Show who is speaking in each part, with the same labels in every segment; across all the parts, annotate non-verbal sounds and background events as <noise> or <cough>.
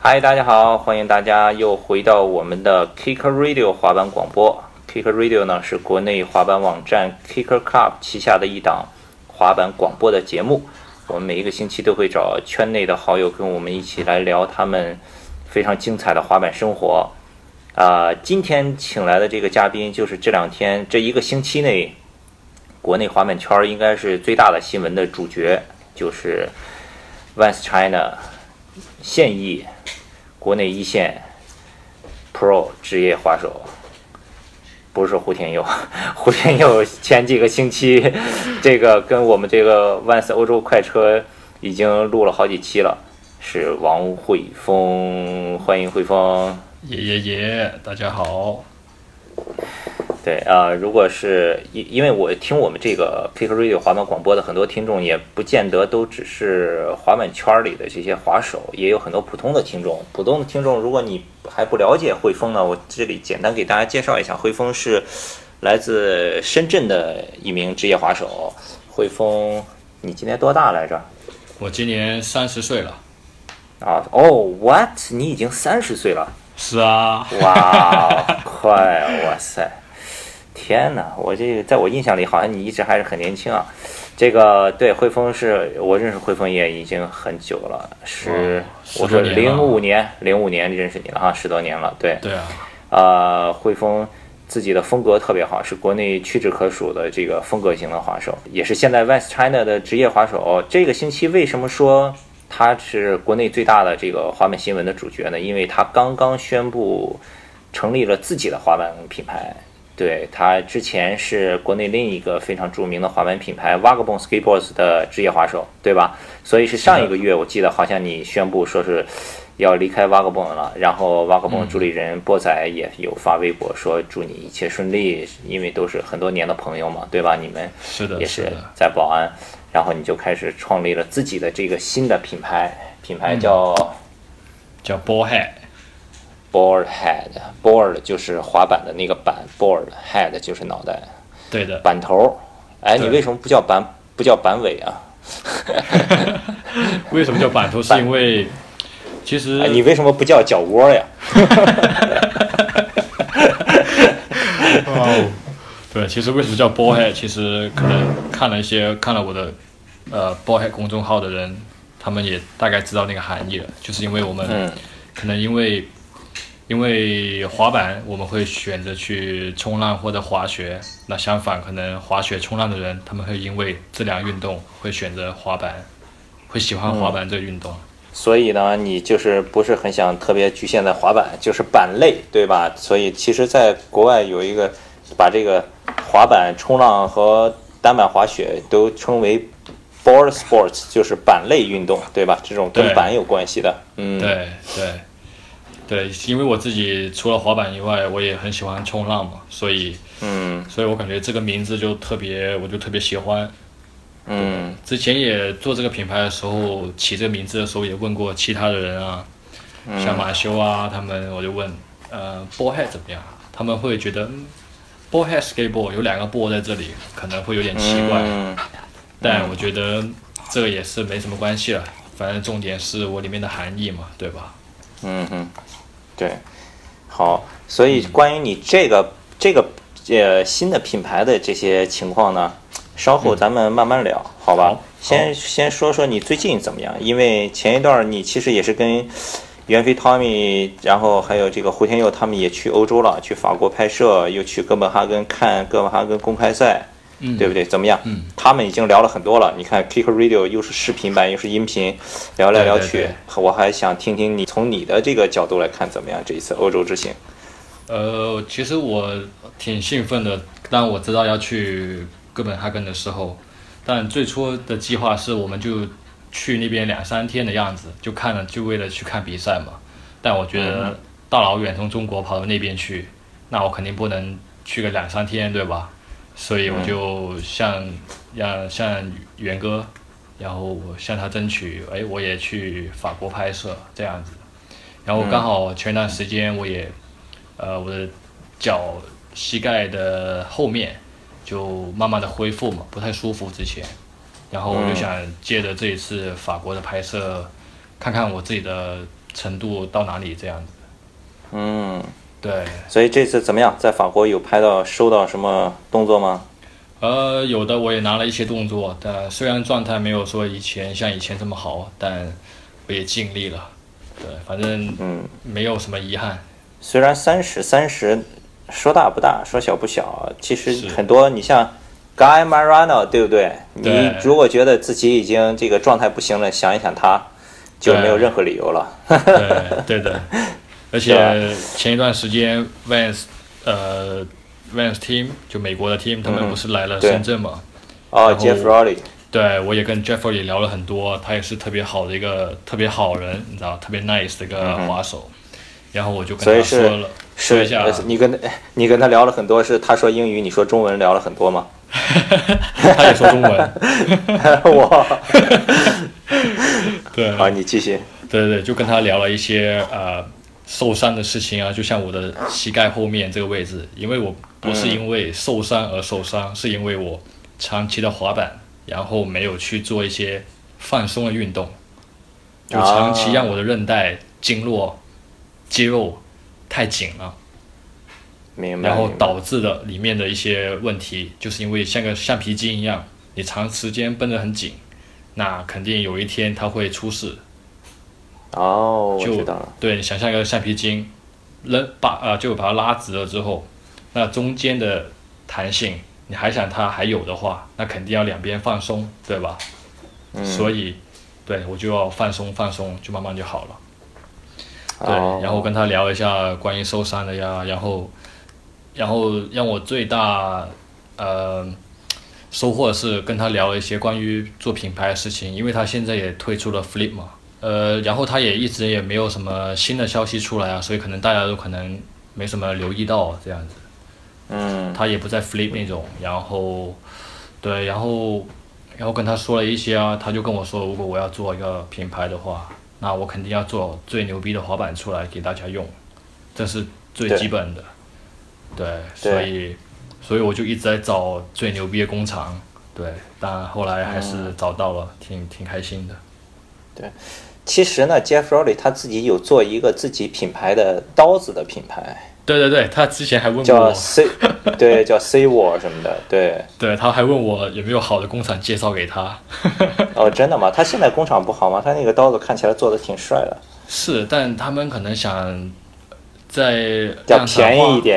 Speaker 1: 嗨，大家好，欢迎大家又回到我们的 Kicker Radio 滑板广播。Kicker Radio 呢是国内滑板网站 Kicker Club 旗下的一档滑板广播的节目。我们每一个星期都会找圈内的好友跟我们一起来聊他们非常精彩的滑板生活。啊、今天请来的这个嘉宾就是这两天这一个星期内国内滑板圈儿应该是最大的新闻的主角，就是 Vans China 现役国内一线 Pro 职业滑手，不是说胡天佑， <laughs> 胡天佑前几个星期，这个跟我们这个万斯欧洲快车已经录了好几期了，是王汇峰，欢迎汇峰。
Speaker 2: 耶耶耶！大家好，
Speaker 1: 对啊、呃如果是因因为我听我们这个 Kick Radio 滑板广播的很多听众，也不见得都只是滑板圈儿里的这些滑手，也有很多普通的听众。普通的听众，如果你还不了解汇丰呢，我这里简单给大家介绍一下，汇丰是来自深圳的一名职业滑手。汇丰，你今年多大来着？
Speaker 2: 我今年三十岁了。
Speaker 1: 啊，哦，what？你已经三十岁了。
Speaker 2: 是啊，
Speaker 1: 哇，哦快！哇塞，天哪！我这个在我印象里，好像你一直还是很年轻啊。这个对汇丰是我认识汇丰也已经很久了，是
Speaker 2: 哇
Speaker 1: 我
Speaker 2: 十多
Speaker 1: 说
Speaker 2: 年了
Speaker 1: 零五年，零五年认识你了哈，十多年了。对，
Speaker 2: 对啊，
Speaker 1: 呃，汇丰自己的风格特别好，是国内屈指可数的这个风格型的滑手，也是现在 West China 的职业滑手。这个星期为什么说他是国内最大的这个滑板新闻的主角呢？因为他刚刚宣布成立了自己的滑板品牌。对他之前是国内另一个非常著名的滑板品牌 Vagabond Skateboards 的职业滑手，对吧？所以是上一个月，我记得好像你宣布说是要离开 Vagabond 了，然后 Vagabond 主理人波仔也有发微博说祝你一切顺利，因为都是很多年的朋友嘛，对吧？你们
Speaker 2: 是的，
Speaker 1: 也
Speaker 2: 是
Speaker 1: 是
Speaker 2: 的，
Speaker 1: 在保安，然后你就开始创立了自己的这个新的品牌，品牌叫
Speaker 2: 叫 ball head。
Speaker 1: Board Head，Board 就是滑板的那个板，Board Head 就是脑袋。<laughs>
Speaker 2: 对的，
Speaker 1: 板头儿。哎，你
Speaker 2: 对
Speaker 1: 为什么不叫板不叫板尾啊？
Speaker 2: 为什么叫板头？是因为其实
Speaker 1: 哎，你为什么不叫脚窝呀？
Speaker 2: 哦，对，其实为什么叫 ball head？其实可能看了一些看了我的呃 ball head 公众号的人，他们也大概知道那个含义了，就是因为我们、
Speaker 1: 嗯
Speaker 2: 可能因为因为滑板我们会选择去冲浪或者滑雪，那相反可能滑雪冲浪的人，他们会因为这两个运动会选择滑板，会喜欢滑板这个运动。
Speaker 1: 所以呢，你就是不是很想特别局限在滑板，就是板类，对吧？所以其实，在国外有一个把这个滑板、冲浪和单板滑雪都称为 board sports，就是板类运动，对吧？这种跟
Speaker 2: 对
Speaker 1: 板有关系的，嗯，
Speaker 2: 对对对，因为我自己除了滑板以外，我也很喜欢冲浪嘛，所以
Speaker 1: 嗯
Speaker 2: 所以我感觉这个名字就特别，我就特别喜欢。
Speaker 1: 嗯
Speaker 2: 之前也做这个品牌的时候，起这个名字的时候也问过其他的人啊，像马修啊他们，我就问，呃，ballhead 怎么样？他们会觉得、嗯、ballhead skateboard 有两个 ball 在这里，可能会有点奇怪，
Speaker 1: 嗯，
Speaker 2: 但我觉得这个也是没什么关系了，反正重点是我里面的含义嘛，对吧？
Speaker 1: 嗯哼，对，好，所以关于你这个这个呃新的品牌的这些情况呢，稍后咱们慢慢聊，好吧？
Speaker 2: 好
Speaker 1: 先先说说你最近怎么样？因为前一段儿你其实也是跟袁飞、Tommy，然后还有这个胡天佑他们也去欧洲了，去法国拍摄，又去哥本哈根看哥本哈根公开赛。
Speaker 2: 嗯
Speaker 1: 对不对？怎么样？
Speaker 2: 嗯
Speaker 1: 他们已经聊了很多了。你看 Kick Radio 又是视频版，又是音频，聊来聊去，
Speaker 2: 对对
Speaker 1: 我还想听听你从你的这个角度来看怎么样这一次欧洲之行。
Speaker 2: 呃，其实我挺兴奋的。当我知道要去哥本哈根的时候，但最初的计划是我们就去那边两三天的样子，就看了，就为了去看比赛嘛。但我觉得大老远从中国跑到那边去，那我肯定不能去个两三天，对吧？所以我就向让向元哥，然后我向他争取，哎，我也去法国拍摄这样子。然后刚好前段时间我也呃，我的脚膝盖的后面就慢慢的恢复嘛，不太舒服之前，然后我就想借着这一次法国的拍摄，看看我自己的程度到哪里这样子。
Speaker 1: 嗯，
Speaker 2: 对，
Speaker 1: 所以这次怎么样？在法国有拍到收到什么动作吗？
Speaker 2: 呃，有的我也拿了一些动作，但虽然状态没有说以前像以前这么好，但我也尽力了。对，反正
Speaker 1: 嗯，
Speaker 2: 没有什么遗憾。
Speaker 1: 虽然三十三十说大不大，说小不小，其实
Speaker 2: 是
Speaker 1: 很多你像 Guy Marano 对不对？你
Speaker 2: 对
Speaker 1: 如果觉得自己已经这个状态不行了，想一想他就没有任何理由了。
Speaker 2: 对对
Speaker 1: <laughs>
Speaker 2: 的，
Speaker 1: 对
Speaker 2: 而且前一段时间 Vans 呃 Vans team 就美国的 team 他们不是来了
Speaker 1: 嗯对
Speaker 2: 深圳嘛？
Speaker 1: 哦
Speaker 2: 然后
Speaker 1: ，Jeff Rowley，
Speaker 2: 对，我也跟 Jeffrey 聊了很多，他也是特别好的一个特别好人，你知道，特别 nice 的一个滑手。然后我就
Speaker 1: 嗯
Speaker 2: 跟
Speaker 1: 所以
Speaker 2: 他
Speaker 1: 是
Speaker 2: 说了，说
Speaker 1: 是呃
Speaker 2: 一下，啊
Speaker 1: 你跟 <laughs> 他你跟他聊了很多，是他说英语，你说中文聊了很多吗？ <laughs>
Speaker 2: 他也说中文，
Speaker 1: 哇，
Speaker 2: 嗯对，
Speaker 1: <laughs> 好，你继续。
Speaker 2: 对对，对，就跟他聊了一些呃受伤的事情啊，就像我的膝盖后面这个位置，因为我不是因为受伤而受伤，是因为我长期的滑板，然后没有去做一些放松的运动，就长期让我的韧带、经络、肌肉太紧了，
Speaker 1: 明白。
Speaker 2: 然后
Speaker 1: 明白
Speaker 2: 导致的里面的一些问题，就是因为像个橡皮筋一样，你长时间绷得很紧，那肯定有一天它会出事。
Speaker 1: 哦，我
Speaker 2: 就
Speaker 1: 知道了。
Speaker 2: 对，你想象一个橡皮筋，扔把呃就把它拉直了之后，那中间的弹性，你还想它还有的话，那肯定要两边放松，对吧？
Speaker 1: 嗯
Speaker 2: 所以，对我就要放松放松，就慢慢就好了。对，
Speaker 1: 哦
Speaker 2: 然后跟他聊一下关于受伤的呀，然后，然后让我最大呃收获是跟他聊了一些关于做品牌的事情，因为他现在也推出了 Flip 嘛，呃，然后他也一直也没有什么新的消息出来啊，所以可能大家都可能没什么留意到啊这样子。
Speaker 1: 嗯
Speaker 2: 他也不在 Flip 那种，然后，对，然后，然后跟他说了一些啊，他就跟我说，如果我要做一个品牌的话，那我肯定要做最牛逼的滑板出来给大家用，这是最
Speaker 1: 对
Speaker 2: 基本的，对，
Speaker 1: 对
Speaker 2: 所以，所以我就一直在找最牛逼的工厂，对，但后来还
Speaker 1: 嗯
Speaker 2: 是找到了，挺挺开心的，
Speaker 1: 其实呢，Jeff Rowley 他自己有做一个自己品牌的刀子的品牌，
Speaker 2: 对对对，他之前还问过
Speaker 1: 叫
Speaker 2: 我，
Speaker 1: C，对，叫 C War 什么的，对。
Speaker 2: 对，他还问我有没有好的工厂介绍给他，
Speaker 1: 哦，真的吗？他现在工厂不好吗？他那个刀子看起来做的挺帅的，
Speaker 2: 是，但他们可能想在
Speaker 1: 要便宜一
Speaker 2: 点，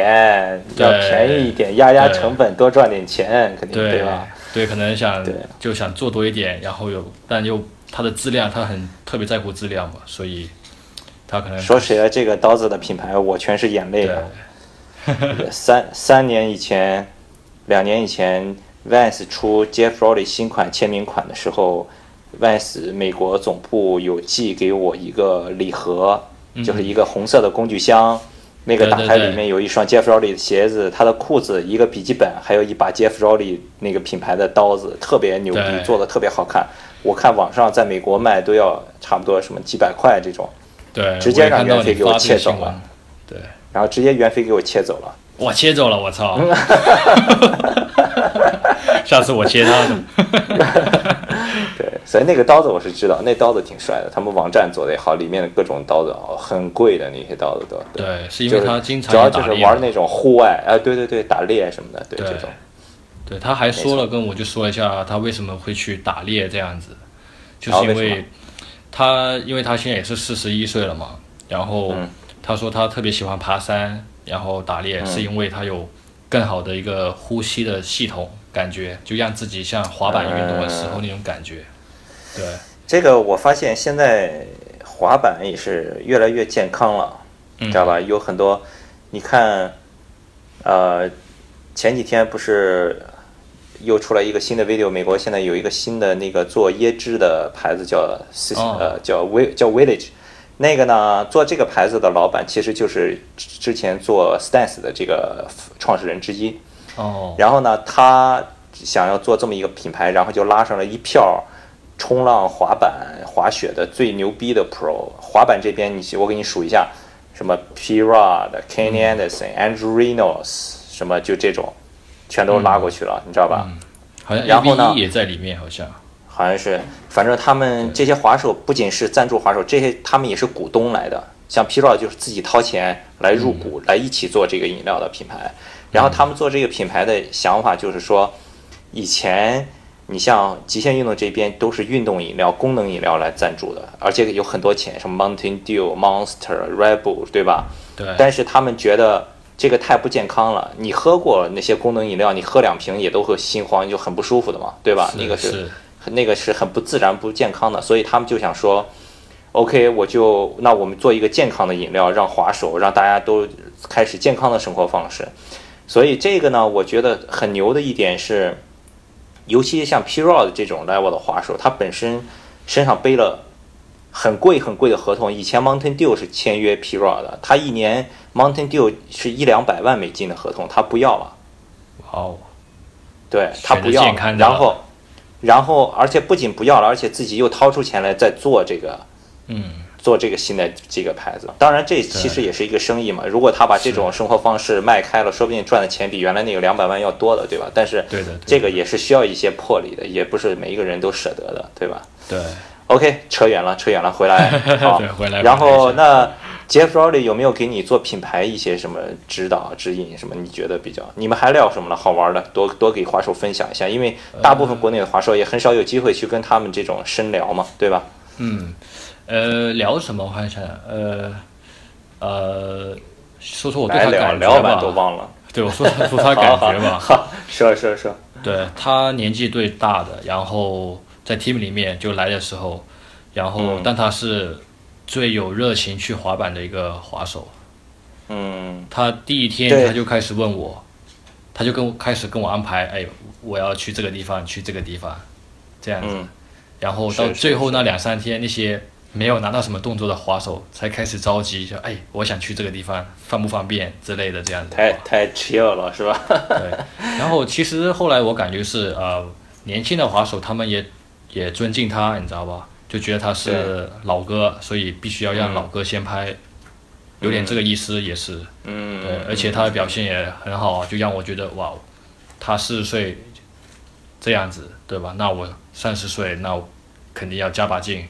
Speaker 1: 点，要
Speaker 2: 对
Speaker 1: 便宜一点，压压
Speaker 2: 对
Speaker 1: 成本，多赚点钱，肯定
Speaker 2: 对
Speaker 1: 吧？？
Speaker 2: 对，可能想
Speaker 1: 对
Speaker 2: 就想做多一点，然后有，但又它的质量，他很特别在乎质量嘛，所以他可能
Speaker 1: 说起来这个刀子的品牌，我全是眼泪
Speaker 2: 对
Speaker 1: 啊！呃三三年以前，两年以前，Vans 出 Jeff Rowley 新款签名款的时候，Vans 美国总部有寄给我一个礼盒，就是一个红色的工具箱。那个
Speaker 2: 对
Speaker 1: 打
Speaker 2: 嗯对
Speaker 1: 开
Speaker 2: 对
Speaker 1: 里面有一双 Jeff Rowley 的鞋子，他的裤子，一个笔记本，还有一把 Jeff Rowley 那个品牌的刀子，特别牛逼，
Speaker 2: 对
Speaker 1: 做的特别好看。我看网上在美国卖都要差不多什么几百块这种，
Speaker 2: 对，
Speaker 1: 直接
Speaker 2: 我也
Speaker 1: 让
Speaker 2: 看到
Speaker 1: 袁飞
Speaker 2: 你
Speaker 1: 给我
Speaker 2: 发这
Speaker 1: 切
Speaker 2: 个
Speaker 1: 走
Speaker 2: 新闻
Speaker 1: 了，
Speaker 2: 对，
Speaker 1: 然后直接袁飞给我切走了。
Speaker 2: 我切走了，
Speaker 1: <laughs>
Speaker 2: 我操！ <laughs> 下次我切他的，
Speaker 1: 对，所以那个刀子我是知道，那刀子挺帅的，他们网站做的也好，里面的各种刀子哦，很贵的那些刀子都。
Speaker 2: 对，是
Speaker 1: 就是
Speaker 2: 因为他经常
Speaker 1: 主要
Speaker 2: 也
Speaker 1: 就
Speaker 2: 打
Speaker 1: 是
Speaker 2: 猎
Speaker 1: 玩
Speaker 2: 嘛
Speaker 1: 那种户外，啊，对对对，打猎什么的，对
Speaker 2: 对
Speaker 1: 这种，
Speaker 2: 对，他还说了，跟我就说了一下他为什么会去打猎这样子，就
Speaker 1: 然后
Speaker 2: 是因
Speaker 1: 啊为什
Speaker 2: 为他因为他现在也是四十一岁了嘛，然后
Speaker 1: 嗯
Speaker 2: 他说他特别喜欢爬山，然后打猎、是因为他有更好的一个呼吸的系统感觉，就让自己像滑板运动的时
Speaker 1: 嗯
Speaker 2: 候那种感觉，对，
Speaker 1: 这个我发现现在滑板也是越来越健康了，
Speaker 2: 嗯
Speaker 1: 知道吧？有很多，你看，呃，前几天不是又出来一个新的 video，美国现在有一个新的那个做椰汁的牌子叫 Sis-
Speaker 2: 哦
Speaker 1: 呃叫 Vi 叫 Village，那个呢做这个牌子的老板其实就是之之前做 Stance 的这个创始人之一。
Speaker 2: 哦，
Speaker 1: 然后呢，他想要做这么一个品牌，然后就拉上了一票冲浪、滑板、滑雪的最牛逼的 pro。滑板这边你去，我给你数一下，什么 P. Rod、Kenny Anderson、Andrew Reynolds，什么就这种，全都拉过去了，你知道吧？
Speaker 2: 好像
Speaker 1: 然后
Speaker 2: A
Speaker 1: 呢
Speaker 2: V E 也在里面，好像
Speaker 1: 好像是，反正他们这些滑手不仅是赞助滑手，这些他们也是股东来的。像 P r 就是自己掏钱来入
Speaker 2: 嗯
Speaker 1: 股，来一起做这个饮料的品牌。然后他们做这个品牌的想法就是说，以前你像极限运动这边都是运动饮料、功能饮料来赞助的，而且有很多钱，什么 Mountain Dew、Monster、Red Bull，对吧？
Speaker 2: 对，
Speaker 1: 但是他们觉得这个太不健康了。你喝过那些功能饮料，你喝两瓶也都会心慌，就很不舒服的嘛，对吧？
Speaker 2: 是
Speaker 1: 那个
Speaker 2: 是
Speaker 1: 那个是很不自然、不健康的，所以他们就想说，OK，我就那我们做一个健康的饮料，让滑手，让大家都开始健康的生活方式。所以这个呢，我觉得很牛的一点是，尤其像 P Rod 这种 level 的滑手，他本身身上背了很贵很贵的合同。以前 Mountain Dew 是签约 P Rod 的，他一年 Mountain Dew 是一两百万美金的合同，他不要了。
Speaker 2: 哇哦，
Speaker 1: 对他
Speaker 2: 选择
Speaker 1: 不要
Speaker 2: 健康，的
Speaker 1: 然后，然后，而且不仅不要了，而且自己又掏出钱来再做这个
Speaker 2: 嗯，
Speaker 1: 做这个新的这个牌子。当然，这其实也是一个生意嘛。如果他把这种生活方式卖开了，说不定赚的钱比原来那个两百万要多的，对吧？但是
Speaker 2: 对的对的
Speaker 1: 这个也是需要一些魄力的，也不是每一个人都舍得的，对吧
Speaker 2: 对，
Speaker 1: ？OK，扯远了，扯远了，回来好 <laughs>
Speaker 2: <laughs> 对，回来
Speaker 1: 然
Speaker 2: 回
Speaker 1: 后
Speaker 2: 来一下
Speaker 1: 那 Jeff Rowley 有没有给你做品牌一些什么指导、指引什么？你觉得比较？你们还聊什么了？好玩的，多多给滑手分享一下，因为
Speaker 2: 呃
Speaker 1: 大部分国内的滑手也很少有机会去跟他们这种深聊嘛，对吧？
Speaker 2: 嗯，呃，聊什么？我看一下，呃，呃，说说我对
Speaker 1: 来
Speaker 2: 他
Speaker 1: 聊
Speaker 2: 感
Speaker 1: 聊
Speaker 2: 觉
Speaker 1: 完都
Speaker 2: 吧。
Speaker 1: 忘了，
Speaker 2: 对，我说说他感觉
Speaker 1: <laughs>
Speaker 2: 吧。
Speaker 1: 哈，说说说，
Speaker 2: 对他年纪最大的，然后在 team 里面就来的时候，然后、
Speaker 1: 嗯
Speaker 2: 但他是最有热情去滑板的一个滑手。
Speaker 1: 嗯
Speaker 2: 他第一
Speaker 1: 对
Speaker 2: 天他就开始问我，他就跟我开始跟我安排，哎，我要去这个地方，去这个地方，这样子。
Speaker 1: 嗯，
Speaker 2: 然后
Speaker 1: 是
Speaker 2: 到
Speaker 1: 是
Speaker 2: 最后那两三天，那些没有拿到什么动作的滑手才开始着急，就哎，我想去这个地方，方不方便之类的这样子。
Speaker 1: 太太 chill 了是吧？
Speaker 2: 对，然后其实后来我感觉是呃，年轻的滑手他们也也尊敬他，你知道吧？就觉得他
Speaker 1: 对
Speaker 2: 是老哥，所以必须要让老哥先拍，有点这个意思也是。
Speaker 1: 嗯，
Speaker 2: 对，呃而且他的表现也很好，啊就让我觉得哇，哦他四十岁这样子，对吧？那我三十岁，那我肯定要加把劲，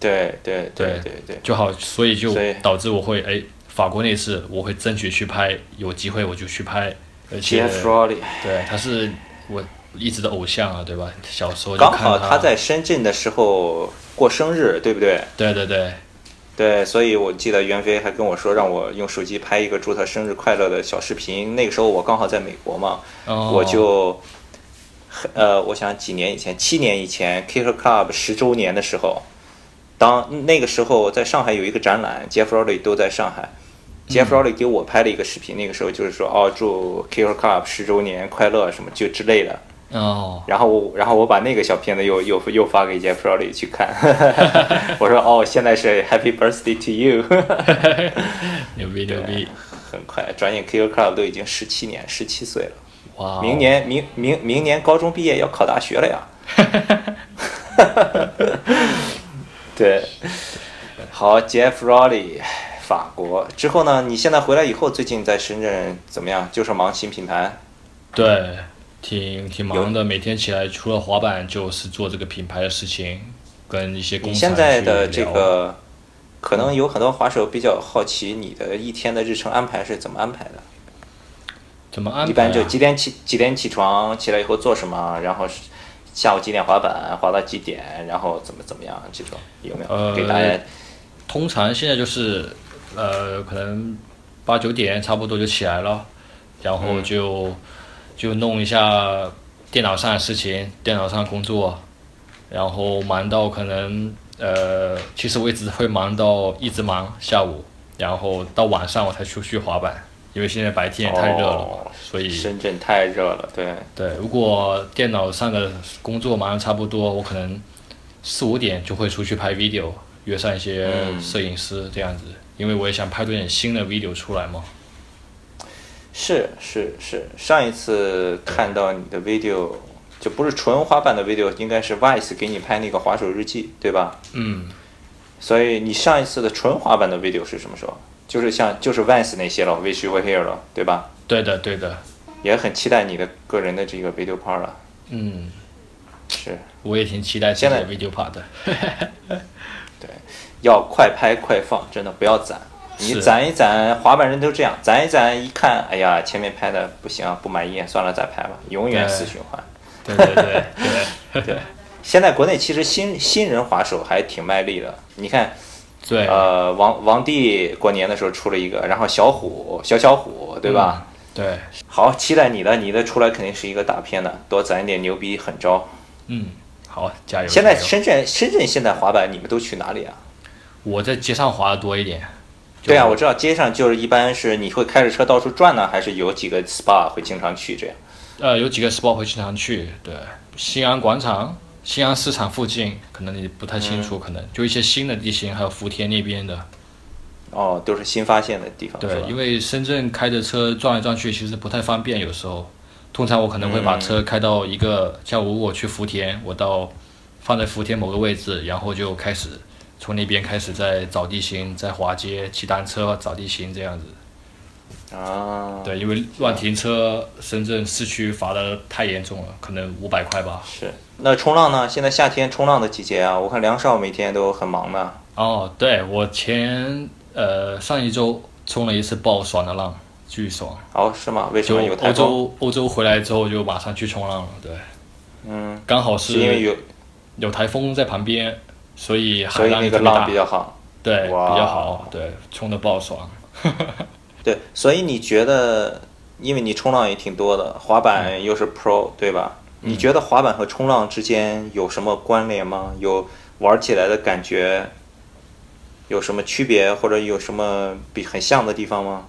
Speaker 1: 对对对
Speaker 2: 对
Speaker 1: 对对，
Speaker 2: 就好，所以就
Speaker 1: 所以
Speaker 2: 导致我会哎，法国那次我会争取去拍，有机会我就去拍，而且
Speaker 1: Jeff Rowley。
Speaker 2: 对，他是我一直的偶像啊，对吧？小时候就
Speaker 1: 刚
Speaker 2: 看
Speaker 1: 好他在深圳的时候过生日，对不对？
Speaker 2: 对对对
Speaker 1: 对，所以我记得袁飞还跟我说，让我用手机拍一个祝他生日快乐的小视频。那个时候我刚好在美国嘛，
Speaker 2: 哦
Speaker 1: 我就，呃，我想几年以前，七年以前，Kicker Club 十周年的时候，当那个时候在上海有一个展览，Jeff Rowley 都在上海。Jeff Rowley 给我拍了一个视频，那个时候就是说，哦，祝 Kicker Club 十周年快乐啊什么就之类的。
Speaker 2: 哦
Speaker 1: 然后我，然后我把那个小片子又又又发给 Jeff Rowley 去看，我说哦，现在是 Happy Birthday to you， <laughs>
Speaker 2: 牛逼牛逼，
Speaker 1: 很快，转眼 QQ Club 都已经十七年，十七岁了，
Speaker 2: 哇哦！
Speaker 1: 明年明明明年高中毕业要考大学了呀，对，好，Jeff Rowley，法国之后呢，你现在回来以后，最近在深圳怎么样？就是忙新品牌，
Speaker 2: 对，挺挺忙的，每天起来除了滑板就是做这个品牌的事情，跟一些工
Speaker 1: 你
Speaker 2: 厂
Speaker 1: 现在的
Speaker 2: 去
Speaker 1: 这
Speaker 2: 聊
Speaker 1: 个，可能有很多滑手比较好奇你的一天的日程安排是怎么安排的？
Speaker 2: 怎么安排、啊？
Speaker 1: 一般就几点起几点起床，起来以后做什么，然后是下午几点滑板，滑到几点，然后怎么怎么样，这种有没有、
Speaker 2: 呃
Speaker 1: 给大家？
Speaker 2: 通常现在就是，呃，可能八九点差不多就起来了，然后就、就弄一下电脑上的事情，电脑上工作，然后忙到可能呃，其实我一直会忙到一直忙下午，然后到晚上我才出去滑板，因为现在白天也太热了嘛，
Speaker 1: 哦
Speaker 2: 所以
Speaker 1: 深圳太热了，对，
Speaker 2: 对，如果电脑上的工作忙得差不多，我可能四五点就会出去拍 video，约上一些
Speaker 1: 嗯
Speaker 2: 摄影师这样子，因为我也想拍出点新的 video 出来嘛。
Speaker 1: 是是是。上一次看到你的 video，就不是纯滑板的 video，应该是 Vice 给你拍那个滑手日记，对吧？
Speaker 2: 嗯，
Speaker 1: 所以你上一次的纯滑板的 video 是什么时候？就是像就是 Vans 那些了，Wish You Were Here 了，对吧？
Speaker 2: 对的，对的，
Speaker 1: 也很期待你的个人的这个 video part 了。
Speaker 2: 嗯，
Speaker 1: 是
Speaker 2: 我也挺期待这
Speaker 1: 现
Speaker 2: 个
Speaker 1: 在
Speaker 2: video part 的。
Speaker 1: 要快拍快放，真的不要攒。你
Speaker 2: 是
Speaker 1: 攒一攒，滑板人都这样，攒一攒，一看，哎呀，前面拍的不行，啊不满意，算了，再拍吧，永远
Speaker 2: 对
Speaker 1: 死循环。
Speaker 2: 对对对对，
Speaker 1: 现在国内其实新新人滑手还挺卖力的，你看，
Speaker 2: 对，
Speaker 1: 呃，王王帝过年的时候出了一个，然后小虎小小虎，对
Speaker 2: 嗯
Speaker 1: 吧？
Speaker 2: 对，
Speaker 1: 好，期待你的，你的出来肯定是一个大片的，多攒一点牛逼狠招。
Speaker 2: 嗯，好，加油！
Speaker 1: 现在
Speaker 2: 加油
Speaker 1: 深圳深圳现在滑板你们都去哪里啊？
Speaker 2: 我在街上滑的多一点。就
Speaker 1: 对啊，我知道街上就是一般是你会开着车到处转呢，还是有几个 SPA 会经常去这样？
Speaker 2: 呃，有几个 spot 会经常去，对，新安广场、新安市场附近，可能你不太清楚，可能就一些新的地形，还有福田那边的，
Speaker 1: 哦，都是新发现的地方是
Speaker 2: 对，
Speaker 1: 吧？
Speaker 2: 因为深圳开着车转来转去其实不太方便，有时候，通常我可能会把
Speaker 1: 嗯
Speaker 2: 车开到一个，像如我去福田，我到放在福田某个位置，然后就开始从那边开始在找地形，在滑街、骑单车找地形这样子。
Speaker 1: 啊，
Speaker 2: 对，因为乱停车，深圳市区罚的太严重了，可能五百块吧。
Speaker 1: 是。那冲浪呢？现在夏天冲浪的季节啊，我看梁少每天都很忙呢。
Speaker 2: 哦，对，我前呃上一周冲了一次爆爽的浪，巨爽。
Speaker 1: 哦，是吗？为什
Speaker 2: 就
Speaker 1: 么有台风？
Speaker 2: 欧洲欧洲回来之后就马上去冲浪了，对，
Speaker 1: 嗯，
Speaker 2: 刚好
Speaker 1: 是因为
Speaker 2: 是
Speaker 1: 有，
Speaker 2: 有台风在旁边，所以海
Speaker 1: 所以
Speaker 2: 浪
Speaker 1: 那
Speaker 2: 就
Speaker 1: 个
Speaker 2: 特别
Speaker 1: 浪
Speaker 2: 大
Speaker 1: 比，较好。
Speaker 2: 对，比
Speaker 1: 哇
Speaker 2: 较好，对，冲的爆爽。
Speaker 1: 对，所以你觉得，因为你冲浪也挺多的，滑板又是 Pro，、对吧？你觉得滑板和冲浪之间有什么关联吗？有玩起来的感觉有什么区别，或者有什么比很像的地方吗？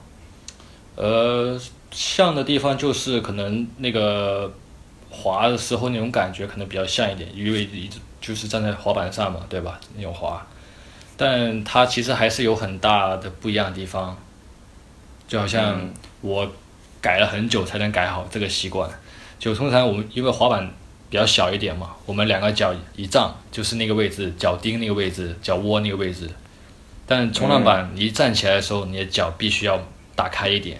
Speaker 2: 呃，像的地方就是可能那个滑的时候那种感觉可能比较像一点，因为一直就是站在滑板上嘛，对吧？那种滑，但它其实还是有很大的不一样的地方，就好像我改了很久才能改好这个习惯。就通常我们因为滑板比较小一点嘛，我们两个脚一站就是那个位置，脚钉那个位置，脚窝那个位置。但冲浪板你一站起来的时候，你的脚必须要打开一点，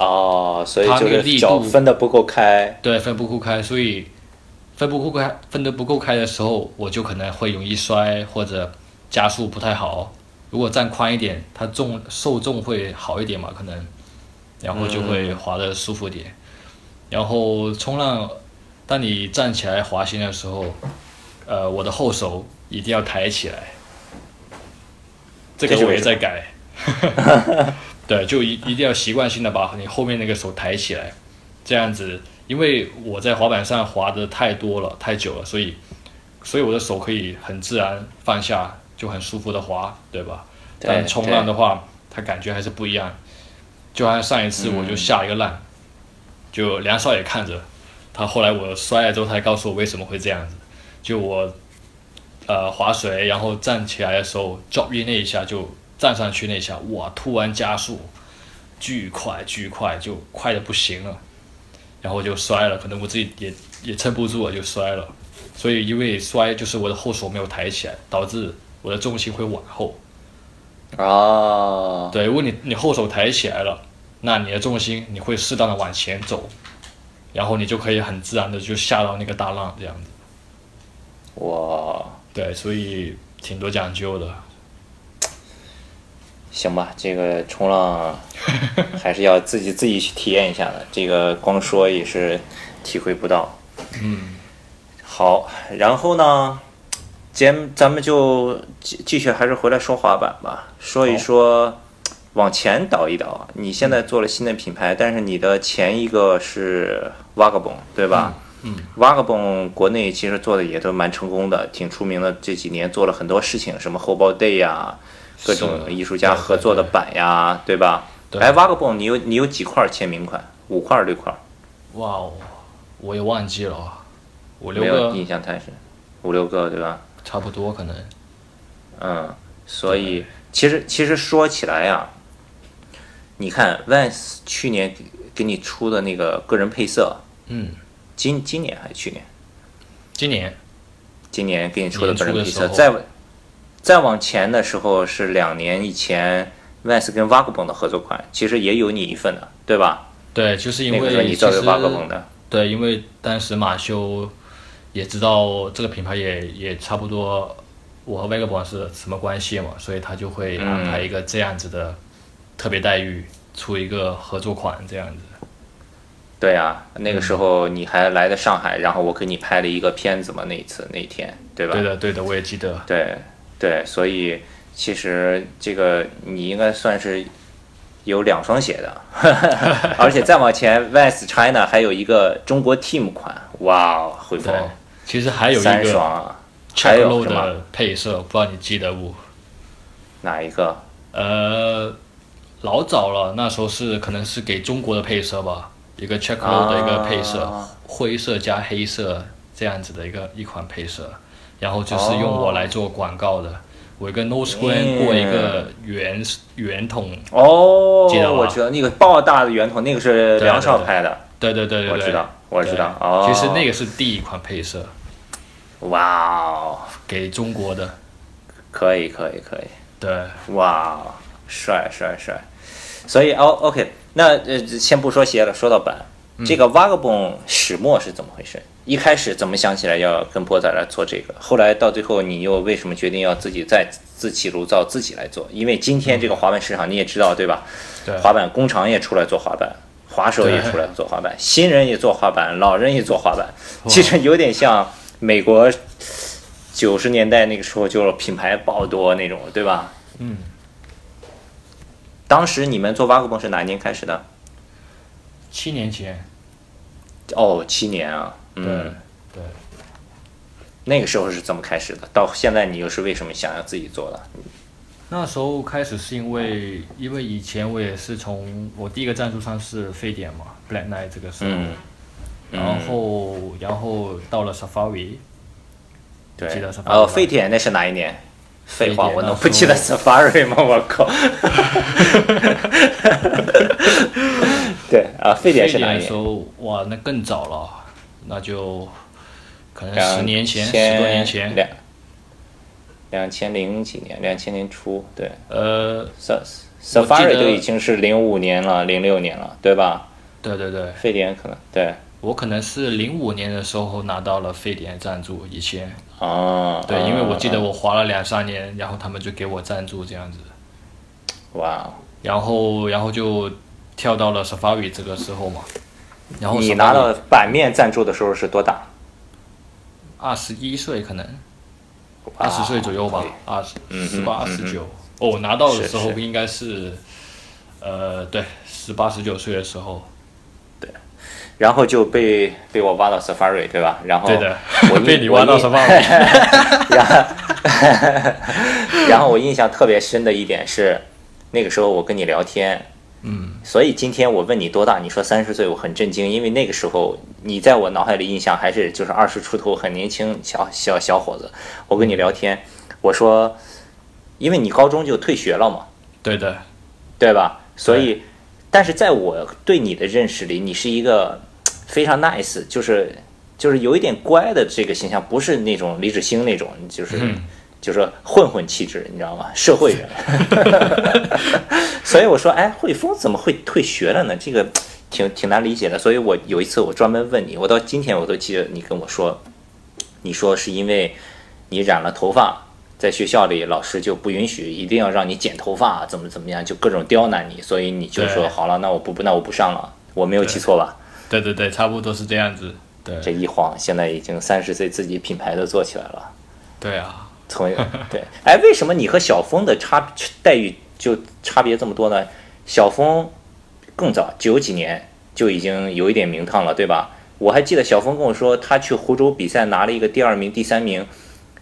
Speaker 1: 哦，所以
Speaker 2: 它那
Speaker 1: 就
Speaker 2: 个力
Speaker 1: 是脚
Speaker 2: 度
Speaker 1: 分的不够开。
Speaker 2: 对，分不够开，所以分不够开，分得不够开的时候，我就可能会容易摔或者加速不太好。如果站宽一点，它重受重会好一点嘛，可能，然后就会滑得舒服点。然后冲浪，当你站起来滑行的时候，呃，我的后手一定要抬起来，这个
Speaker 1: 这是
Speaker 2: 我
Speaker 1: 为
Speaker 2: 也
Speaker 1: 什
Speaker 2: 在改。对，就一一定要习惯性的把你后面那个手抬起来，这样子，因为我在滑板上滑的太多了，太久了，所以，所以我的手可以很自然放下，就很舒服的滑，对吧？
Speaker 1: 对
Speaker 2: 但冲浪的话，它感觉还是不一样。就好像上一次我
Speaker 1: 嗯
Speaker 2: 就下一个浪，就梁少也看着，他后来我摔了之后，他还告诉我为什么会这样子，就我，呃，划水然后站起来的时候 drop in 那一下就站上去那一下，哇，突然加速，巨快巨快，就快的不行了，然后我就摔了，可能我自己也也撑不住了就摔了，所以因为摔就是我的后手没有抬起来，导致我的重心会往后。
Speaker 1: 哦，
Speaker 2: 对，如果你你后手抬起来了，那你的重心你会适当的往前走，然后你就可以很自然的就下到那个大浪这样子。
Speaker 1: 我
Speaker 2: 对，所以挺多讲究的。
Speaker 1: 行吧，这个冲
Speaker 2: <laughs>
Speaker 1: 浪还是要自己自己去体验一下的，这个光说也是体会不到。嗯，好，然后呢，节目咱们就继继续还是回来说滑板吧，说一说往前倒一倒啊。你现在做了新的品
Speaker 2: 嗯
Speaker 1: 牌，但是你的前一个是 Vagabond 对吧？
Speaker 2: 嗯
Speaker 1: v a g a b o n d 国内其实做的也都蛮成功的，挺出名的。这几年做了很多事情，什么后包 day 呀、各种
Speaker 2: 是
Speaker 1: 艺术家合作的版呀，对吧？
Speaker 2: 对
Speaker 1: 哎，Vagabond，你有你有几块签名款？五块儿六块儿？
Speaker 2: 哇哦，我也忘记了哦，五六
Speaker 1: 没有
Speaker 2: 个
Speaker 1: 印象太深，五六个对吧？
Speaker 2: 差不多可能。
Speaker 1: 嗯，所以其实其实说起来呀，你看 Vans 去年给给你出的那个个人配色，
Speaker 2: 嗯，
Speaker 1: 今今年还是去年？
Speaker 2: 今年
Speaker 1: 今年给你出的个人配
Speaker 2: 年初
Speaker 1: 色，
Speaker 2: 的时候
Speaker 1: 再再往前的时候是两年以前 Vans 跟 Vagabond 的合作款，其实也有你一份的，对吧？
Speaker 2: 对，就是因
Speaker 1: 那个时候
Speaker 2: 为
Speaker 1: 你
Speaker 2: 其
Speaker 1: 作为
Speaker 2: 实
Speaker 1: Vagabond 的，
Speaker 2: 对，因为当时马修也知道这个品牌也也差不多，我和 Vagabond 是什么关系嘛，所以他就会安排一个这样子的特别待遇，出一个合作款这样子。
Speaker 1: 对啊，那个时
Speaker 2: 嗯
Speaker 1: 候你还来的上海，然后我给你拍了一个片子嘛，那一次那一天，对吧？
Speaker 2: 对的，对的，我也记得。
Speaker 1: 对对，所以其实这个你应该算是有两双鞋
Speaker 2: <laughs>
Speaker 1: 的，而且再往前，Vans China 还有一个中国 Team 款，哇，回
Speaker 2: 哦对
Speaker 1: 风，
Speaker 2: 其实还有一
Speaker 1: 哦三
Speaker 2: 个
Speaker 1: 双啊，
Speaker 2: c h
Speaker 1: 还
Speaker 2: e
Speaker 1: 有
Speaker 2: l o
Speaker 1: 什么
Speaker 2: 的配色，不知道你记得不？
Speaker 1: 哪一个？
Speaker 2: 呃，老早了，那时候是可能是给中国的配色吧，一个 c h e c k l o 的一个配色，
Speaker 1: 啊
Speaker 2: 灰色加黑色这样子的一个一款配色，然后就是用
Speaker 1: 哦
Speaker 2: 我来做广告的，我一个 nose square
Speaker 1: 嗯
Speaker 2: 过一个圆圆筒，
Speaker 1: 哦，
Speaker 2: 记得吗
Speaker 1: 我知道那个爆大的圆筒，那个是
Speaker 2: 对
Speaker 1: 梁少
Speaker 2: 对对
Speaker 1: 拍的，
Speaker 2: 对对对对对，
Speaker 1: 我知道，我知道
Speaker 2: 对。
Speaker 1: 哦，
Speaker 2: 其实那个是第一款配色，
Speaker 1: 个，哇哦，
Speaker 2: 给中国的，
Speaker 1: 可以，可以，可以。
Speaker 2: 对，
Speaker 1: 哇，帅帅帅！所以哦，OK，那呃，先不说鞋了，说到板，这个 Vagabond 始末是怎么回事？一开始怎么想起来要跟波仔来做这个？后来到最后，你又为什么决定要自己再自起炉灶自己来做？因为今天这个滑板市场你也知道对吧？
Speaker 2: 对
Speaker 1: 滑板工厂也出来做滑板，滑手也
Speaker 2: 对
Speaker 1: 出来做滑板，新人也做滑板，老人也做滑板，其实有点像美国九十年代那个时候，就是品牌爆多那种，对吧？
Speaker 2: 嗯，
Speaker 1: 当时你们做挖苦泵是哪一年开始的？
Speaker 2: 七年前，
Speaker 1: 哦，七年啊。
Speaker 2: 对、
Speaker 1: 嗯，
Speaker 2: 对。
Speaker 1: 那个时候是怎么开始的？到现在你又是为什么想要自己做的？
Speaker 2: 那时候开始是因为，因为以前我也是从我第一个赞助商是非典嘛，Black Knight 这个是，
Speaker 1: 嗯，
Speaker 2: 然后然后到了 Safari，
Speaker 1: 对
Speaker 2: 记得是。
Speaker 1: 哦，沸点那是哪一年？废话，
Speaker 2: 沸点
Speaker 1: 我能
Speaker 2: 那时
Speaker 1: 不记得
Speaker 2: 候
Speaker 1: Safari <laughs> 吗？我
Speaker 2: <laughs>
Speaker 1: 靠！对啊，沸点是哪一
Speaker 2: 的时
Speaker 1: 年？
Speaker 2: 候，哇，那更早了，那就可能
Speaker 1: 两
Speaker 2: 呃十年前、
Speaker 1: 千
Speaker 2: 十多年前，
Speaker 1: 两两千零几年，两千年初，对。
Speaker 2: 呃，
Speaker 1: Sa
Speaker 2: 我记
Speaker 1: Safari
Speaker 2: 得
Speaker 1: 都已经是零五年了，零六年了，对吧？
Speaker 2: 对对对，
Speaker 1: 沸点可能对。
Speaker 2: 我可能是零五年的时候拿到了非典赞助，以前，
Speaker 1: 哦，
Speaker 2: 对，因为我记得
Speaker 1: 嗯
Speaker 2: 我滑了两三年，然后他们就给我赞助这样子。
Speaker 1: 嗯哇，
Speaker 2: 然后然后就跳到了 Safari 这个时候嘛，然后
Speaker 1: 你拿
Speaker 2: Safari
Speaker 1: 到版面赞助的时候是多大？
Speaker 2: 二十一岁可能二十岁左右吧，二十
Speaker 1: 嗯
Speaker 2: 十
Speaker 1: 哼
Speaker 2: 八二
Speaker 1: 嗯
Speaker 2: 十
Speaker 1: 哼
Speaker 2: 九，哦，我拿到的
Speaker 1: 是
Speaker 2: 时候
Speaker 1: 是
Speaker 2: 应该是，呃，对，十八十九岁的时候，
Speaker 1: 然后就被被我挖到 Safari 对吧？然后
Speaker 2: 对的
Speaker 1: 哦我
Speaker 2: <laughs> 被你挖到
Speaker 1: Safari。 <laughs>
Speaker 2: Safari，
Speaker 1: 然后我印象特别深的一点是，那个时候我跟你聊天，嗯，所以今天我问你多大，你说三十岁，我很震惊，因为那个时候你在我脑海里印象还是就是二十出头，很年轻小小小伙子。我跟你聊天，我说，因为你高中就退学了嘛，
Speaker 2: 对的，
Speaker 1: 对吧？所以，但是在我对你的认识里，你是一个嘖非常 nice，就是就是有一点乖的这个形象，不是那种李志兴那种，就是、
Speaker 2: 嗯
Speaker 1: 就是混混气质，你知道吗？社会
Speaker 2: <laughs>
Speaker 1: 人。所以我说，哎，汇丰怎么会退学了呢？这个嘖挺挺难理解的。所以我有一次我专门问你，我到今天我都记得你跟我说，你说是因为你染了头发，在学校里老师就不允许，一定要让你剪头发，怎么怎么样，就各种刁难你，所以你就说
Speaker 2: 对
Speaker 1: 好了，那我不那我不上了，我没有记错吧？
Speaker 2: 对对对，差不多是这样子，对
Speaker 1: 这一晃现在已经三十岁，自己品牌都做起来了。
Speaker 2: 对啊，
Speaker 1: 从对，哎，为什么你和小峰的差待遇就差别这么多呢？小峰更早，九几年就已经有一点名堂了，对吧？我还记得小峰跟我说，他去湖州比赛拿了一个第二名、第三名，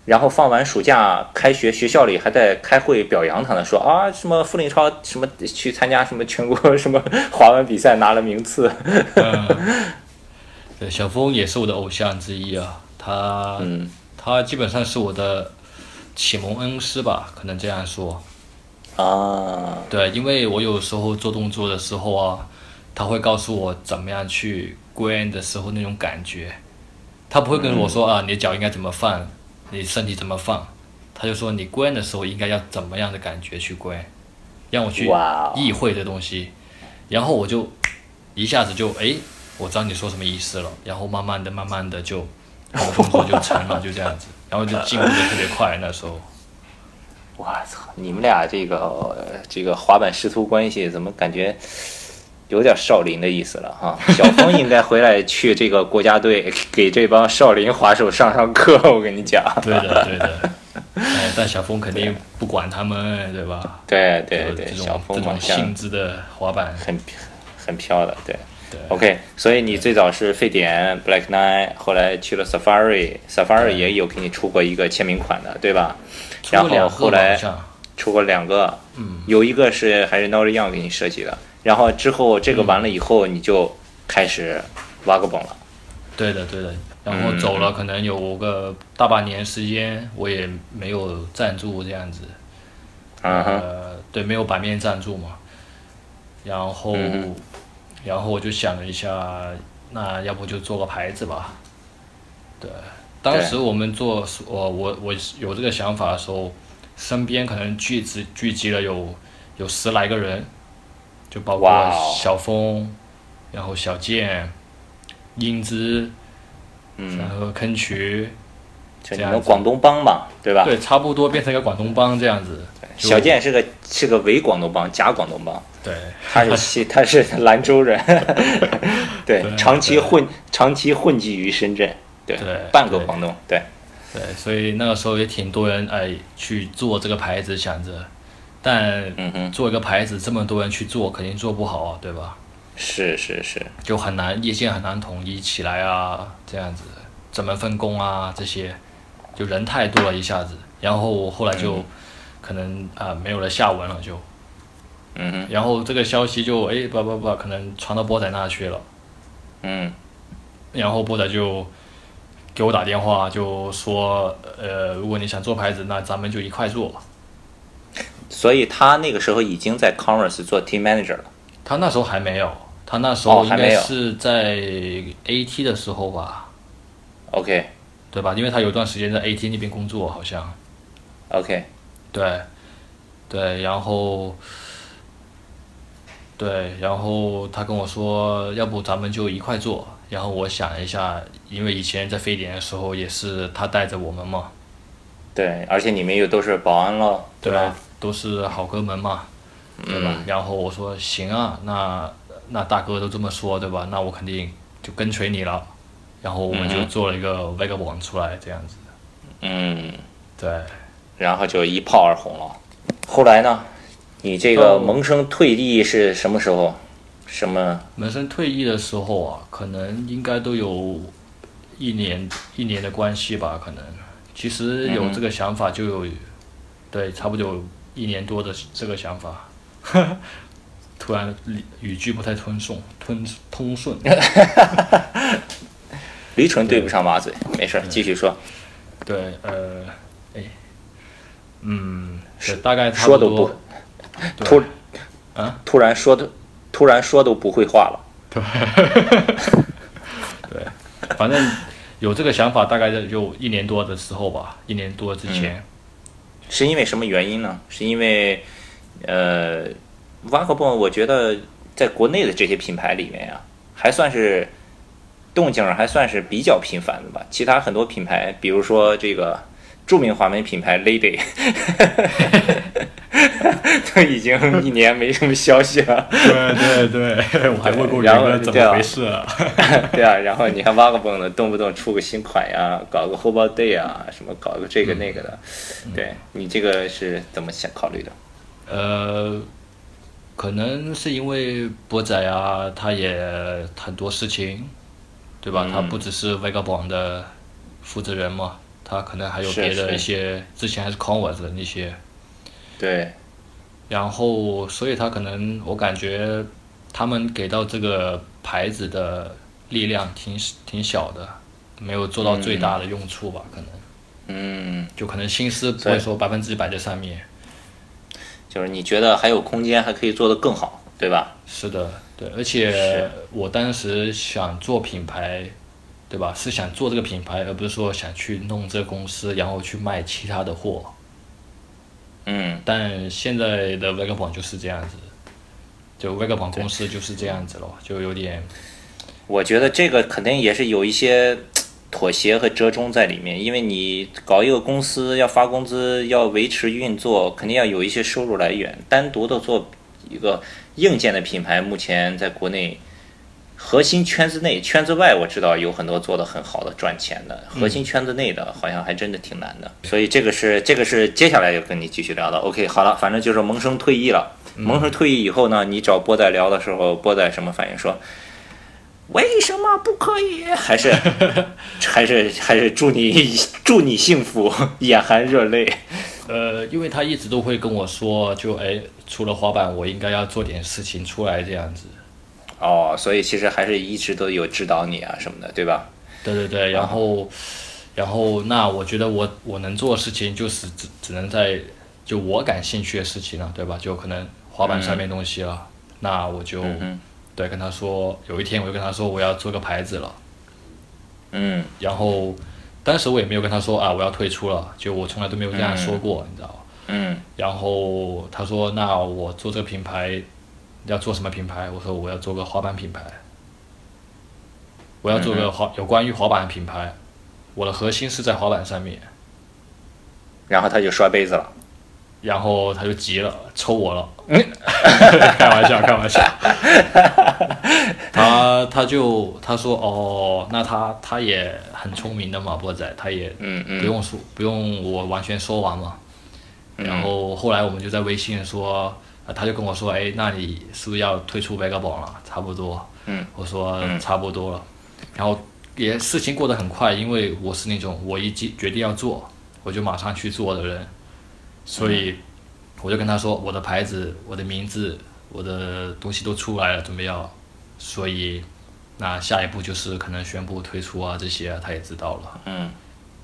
Speaker 1: 然后放完暑假开学，学校里还在开会表扬他呢，说啊什么傅林超什么去参加什么全国什么滑板比赛拿了名次，
Speaker 2: 对，小峰也是我的偶像之一啊，他
Speaker 1: 嗯，
Speaker 2: 他基本上是我的启蒙恩师吧，可能这样说，
Speaker 1: 啊，
Speaker 2: 对，因为我有时候做动作的时候啊，他会告诉我怎么样去归end 的时候那种感觉，他不会跟我
Speaker 1: 嗯
Speaker 2: 说、啊，你的脚应该怎么放，你身体怎么放，他就说你归 end 的时候应该要怎么样的感觉去归，让我去
Speaker 1: 哇哦
Speaker 2: 意会这东西，然后我就一下子就哎，我知道你说什么意思了，然后慢慢的、慢慢的就然后动作就成了，就这样子，然后就进步的特别快。那时候
Speaker 1: 我操，你们俩这个呃这个滑板师徒关系怎么感觉有点少林的意思了
Speaker 2: <laughs>
Speaker 1: 哈、小峰应该回来去这个国家队 <laughs> 给这帮少林滑手上上课， <laughs> 我跟你讲。
Speaker 2: <laughs> 对的，对的。哎，但小峰肯定不管他们，对吧？
Speaker 1: 对啊对
Speaker 2: 就
Speaker 1: 对，
Speaker 2: 这
Speaker 1: 小
Speaker 2: 种
Speaker 1: 峰
Speaker 2: 这
Speaker 1: 往
Speaker 2: 种
Speaker 1: 下
Speaker 2: 性质的滑板，
Speaker 1: 很很飘的，对。
Speaker 2: 对
Speaker 1: OK，所以你最早是沸点 Black Nine，后来去了 Safari，Safari 也有给你出过一个签名款的，对吧？
Speaker 2: 出
Speaker 1: 然
Speaker 2: 了两
Speaker 1: 后
Speaker 2: 个
Speaker 1: 后
Speaker 2: 吧好
Speaker 1: 来
Speaker 2: 像
Speaker 1: 出过两个，嗯，有一个是还是 Nori Young 给你设计的，然后之后这个完了以后，你就开始挖个本了。
Speaker 2: 对的，对的。然
Speaker 1: 嗯
Speaker 2: 后走了，可能有个大半年时间，我也没有赞助这样子。
Speaker 1: 嗯哼，
Speaker 2: 呃，对，没有版面赞助嘛。然后，
Speaker 1: 嗯
Speaker 2: 然后我就想了一下，那要不就做个牌子吧。对，当时我们做，我我我有这个想法的时候，身边可能聚集聚集了有有十来个人，就包括
Speaker 1: 哇哦
Speaker 2: 小峰，然后小健、英姿，
Speaker 1: 嗯
Speaker 2: 然后坑渠，
Speaker 1: 就
Speaker 2: 这
Speaker 1: 你
Speaker 2: 样
Speaker 1: 们
Speaker 2: 子
Speaker 1: 广东帮嘛，对吧？
Speaker 2: 对，差不多变成一个广东帮这样子。就
Speaker 1: 小健是个是个伪广东帮，假广东帮。
Speaker 2: 对，
Speaker 1: 他
Speaker 2: <laughs>
Speaker 1: 是西，他是兰州人，对，
Speaker 2: 对
Speaker 1: 长期混长期混迹于深圳，对，
Speaker 2: 对
Speaker 1: 半个
Speaker 2: 对
Speaker 1: 广东，对，
Speaker 2: 对，所以那个时候也挺多人哎去做这个牌子，想着，但
Speaker 1: 嗯哼，
Speaker 2: 做一个牌子，这么多人去做，肯定做不好啊，对吧？
Speaker 1: 是是是，
Speaker 2: 就很难，业界很难统一起来啊，这样子怎么分工啊，这些就人太多了，一下子，然后后来就可能啊、没有了下文了就，
Speaker 1: 嗯哼，
Speaker 2: 然后这个消息就哎不不不，可能传到波仔那去了，
Speaker 1: 嗯
Speaker 2: 然后波仔就给我打电话，就说呃，如果你想做牌子，那咱们就一块做。
Speaker 1: 所以他那个时候已经在 Converse 做 team manager 了，
Speaker 2: 他那时候还没有，他那时
Speaker 1: 哦
Speaker 2: 候应
Speaker 1: 还没
Speaker 2: 该
Speaker 1: 有
Speaker 2: 是在 AT 的时候吧，
Speaker 1: ，OK
Speaker 2: 对吧？因为他有段时间在 AT 那边工作，好像
Speaker 1: OK，
Speaker 2: 对，对，然后对，然后他跟我说，要不咱们就一块做。然后我想了一下，因为以前在非典的时候也是他带着我们嘛，
Speaker 1: 对，而且你们又都是保安了，
Speaker 2: 对吧？
Speaker 1: 吧？
Speaker 2: 都是好哥们嘛，对吧？然后我说行啊，那那大哥都这么说，对吧？那我肯定就跟随你了。然后我们就做了一个 Vagabond 出来，这样子。
Speaker 1: 嗯，
Speaker 2: 对，
Speaker 1: 然后就一炮而红了。后来呢，你这个
Speaker 2: 哦
Speaker 1: 萌生退役是什么时候？什么？
Speaker 2: 门生退役的时候啊，可能应该都有一年一年的关系吧，可能。其实有这个想法就有，对，差不多有一年多的这个想法。 <laughs> 突然语语句不太通顺，通通顺。
Speaker 1: 驴唇对不上马嘴，没事儿，继续说。
Speaker 2: 对，呃，哎，嗯，对大概差
Speaker 1: 说
Speaker 2: 多。
Speaker 1: 都不
Speaker 2: 对
Speaker 1: 突
Speaker 2: 啊，
Speaker 1: 突然说的，突然说都不会话了。
Speaker 2: 反正有这个想法，大概就就一年多的时候吧，一年多之
Speaker 1: 嗯
Speaker 2: 前。
Speaker 1: 是因为什么原因呢？是因为，呃 v a g a b o n 我觉得在国内的这些品牌里面呀、还算是动静儿还算是比较频繁的吧。其他很多品牌，比如说这个著名滑门品牌 Lady，都已经一年没什么消息了。
Speaker 2: 对对对，我还问过
Speaker 1: 然
Speaker 2: 元
Speaker 1: 后
Speaker 2: 哥怎么回事啊？
Speaker 1: 对啊，然后你看 v a g a b o n 的，动不动出个新款呀，搞个 h o b o Day 啊，什么搞个这个那个的。对你这个是怎么想考虑的？
Speaker 2: 呃，可能是因为博仔啊，他也很多事情，对吧？他
Speaker 1: 嗯
Speaker 2: 不只是 Vega 榜的负责人嘛，他可能还有
Speaker 1: 是
Speaker 2: 别的
Speaker 1: 是
Speaker 2: 一些，之前还是 Converse 的那些。
Speaker 1: 对，
Speaker 2: 然后，所以他可能我感觉他们给到这个牌子的力量挺挺小的，没有做到最大的用处吧？可能
Speaker 1: 嗯。
Speaker 2: 就可能心思不
Speaker 1: 对
Speaker 2: 会说百分之百在上面。
Speaker 1: 就是你觉得还有空间，还可以做得更好，对吧？
Speaker 2: 是的，对，而
Speaker 1: 是
Speaker 2: 且我当时想做品牌，对吧？是想做这个品牌，而不是说想去弄这个公司，然后去卖其他的货。
Speaker 1: 嗯，
Speaker 2: 但现在的 v e g a b o n 就是这样子，就 v e g a b o n 公司就是这样子了，就有点
Speaker 1: 我觉得这个肯定也是有一些妥协和折中在里面，因为你搞一个公司要发工资，要维持运作，肯定要有一些收入来源。单独的做一个硬件的品牌，目前在国内核心圈子内、圈子外，我知道有很多做得很好的、赚钱的。核心圈子内的，好像还真的挺难的。所以这个是这个是接下来要跟你继续聊的。OK，好了，反正就是萌生退役了。萌生退役以后呢，你找波仔聊的时候，波仔什么反应说？为什么不可以？还是 <laughs> 还是还是祝你祝你幸福，眼含热泪。
Speaker 2: 呃，因为他一直都会跟我说，就哎，除了滑板，我应该要做点事情出来这样子。
Speaker 1: 哦，所以其实还是一直都有指导你啊什么的，对吧？
Speaker 2: 对对对，然后，然后那我觉得我我能做的事情就是只只能在就我感兴趣的事情啊了，对吧？就可能滑板上面东西了，那我就、
Speaker 1: 嗯哼
Speaker 2: 对跟他说，有一天我就跟他说我要做个牌子了，
Speaker 1: 嗯，
Speaker 2: 然后当时我也没有跟他说啊我要退出了，就我从来都没有这样说过，你知道吗？
Speaker 1: 嗯
Speaker 2: 然后他说那我做这个品牌要做什么品牌？我说我要做个滑板品牌，我要做个滑、有关于滑板的品牌，我的核心是在滑板上面。
Speaker 1: 然后他就摔杯子了。
Speaker 2: 然后他就急了，抽我了。 <laughs> 开玩笑，开玩笑。 <laughs> 他他就他说哦，那他他也很聪明的嘛，波仔，他也
Speaker 1: 嗯
Speaker 2: 不
Speaker 1: 嗯
Speaker 2: 用说不用我完全说完嘛。然后后来我们就在微信说，啊他就跟我说，哎，那你是不是要退出 Vagabond 了？差不多。
Speaker 1: 嗯。
Speaker 2: 我说
Speaker 1: 嗯
Speaker 2: 差不多了，然后也事情过得很快，因为我是那种我一决决定要做，我就马上去做的人，所
Speaker 1: 嗯
Speaker 2: 以我就跟他说，我的牌子、我的名字、我的东西都出来了，准备要，所以那下一步就是可能宣布退出啊，这些啊他也知道了。
Speaker 1: 嗯，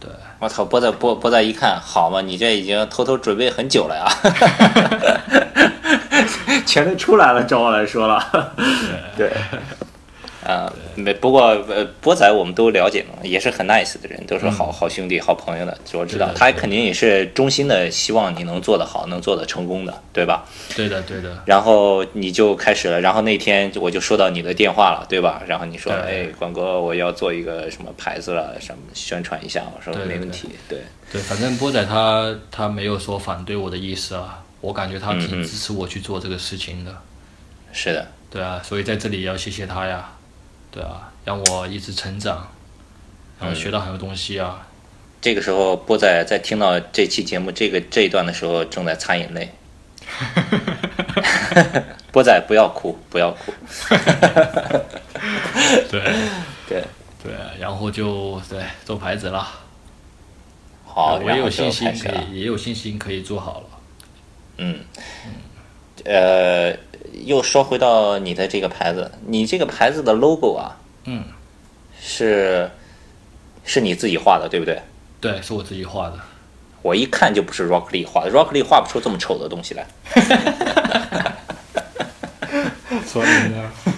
Speaker 2: 对，
Speaker 1: 我操，波仔波波仔一看，好嘛，你这已经偷偷准备很久了呀， <laughs> 全都出来了，找我来说了。 <laughs> 对。啊、没，不过呃，波仔我们都了解嘛，也是很 nice 的人，都是好好兄弟、好朋嗯友的，我知道
Speaker 2: 对的
Speaker 1: 他
Speaker 2: 对的
Speaker 1: 肯定也是衷心的希望你能做得好，能做得成功的，对吧？
Speaker 2: 对的，对的，
Speaker 1: 然后你就开始了，然后那天我就收到你的电话了，对吧？然后你说，
Speaker 2: 对
Speaker 1: 哎，关哥，我要做一个什么牌子了，什么宣传一下，我说
Speaker 2: 对对
Speaker 1: 没问题，对，
Speaker 2: 对，反正波仔他他没有说反对我的意思啊，我感觉他挺
Speaker 1: 嗯嗯
Speaker 2: 支持我去做这个事情的。
Speaker 1: 是的，
Speaker 2: 对啊，所以在这里也要谢谢他呀，对啊，让我一直成长，然后学
Speaker 1: 嗯
Speaker 2: 到很多东西
Speaker 1: <laughs>
Speaker 2: 啊。
Speaker 1: 这个时候波仔在听到这期节目这个这一段的时候，正在擦眼泪。 <laughs> 波仔不要哭，不要哭，
Speaker 2: 对
Speaker 1: 对，
Speaker 2: 对，啊然后就对做牌子了，
Speaker 1: 好，
Speaker 2: 啊我也
Speaker 1: 哦然后
Speaker 2: 有
Speaker 1: 就
Speaker 2: 信心
Speaker 1: 开始
Speaker 2: 可
Speaker 1: 了。
Speaker 2: 以，也有信心可以做好了。
Speaker 1: 呃，又说回到你的这个牌子，你这个牌子的 logo 啊，
Speaker 2: 嗯，
Speaker 1: 是是你自己画的，对不对？
Speaker 2: 对，是我自己画的，
Speaker 1: 我一看就不是 Rock Lee 画的，Rock Lee 画不出这么丑的东西来。
Speaker 2: 所以呢， <laughs>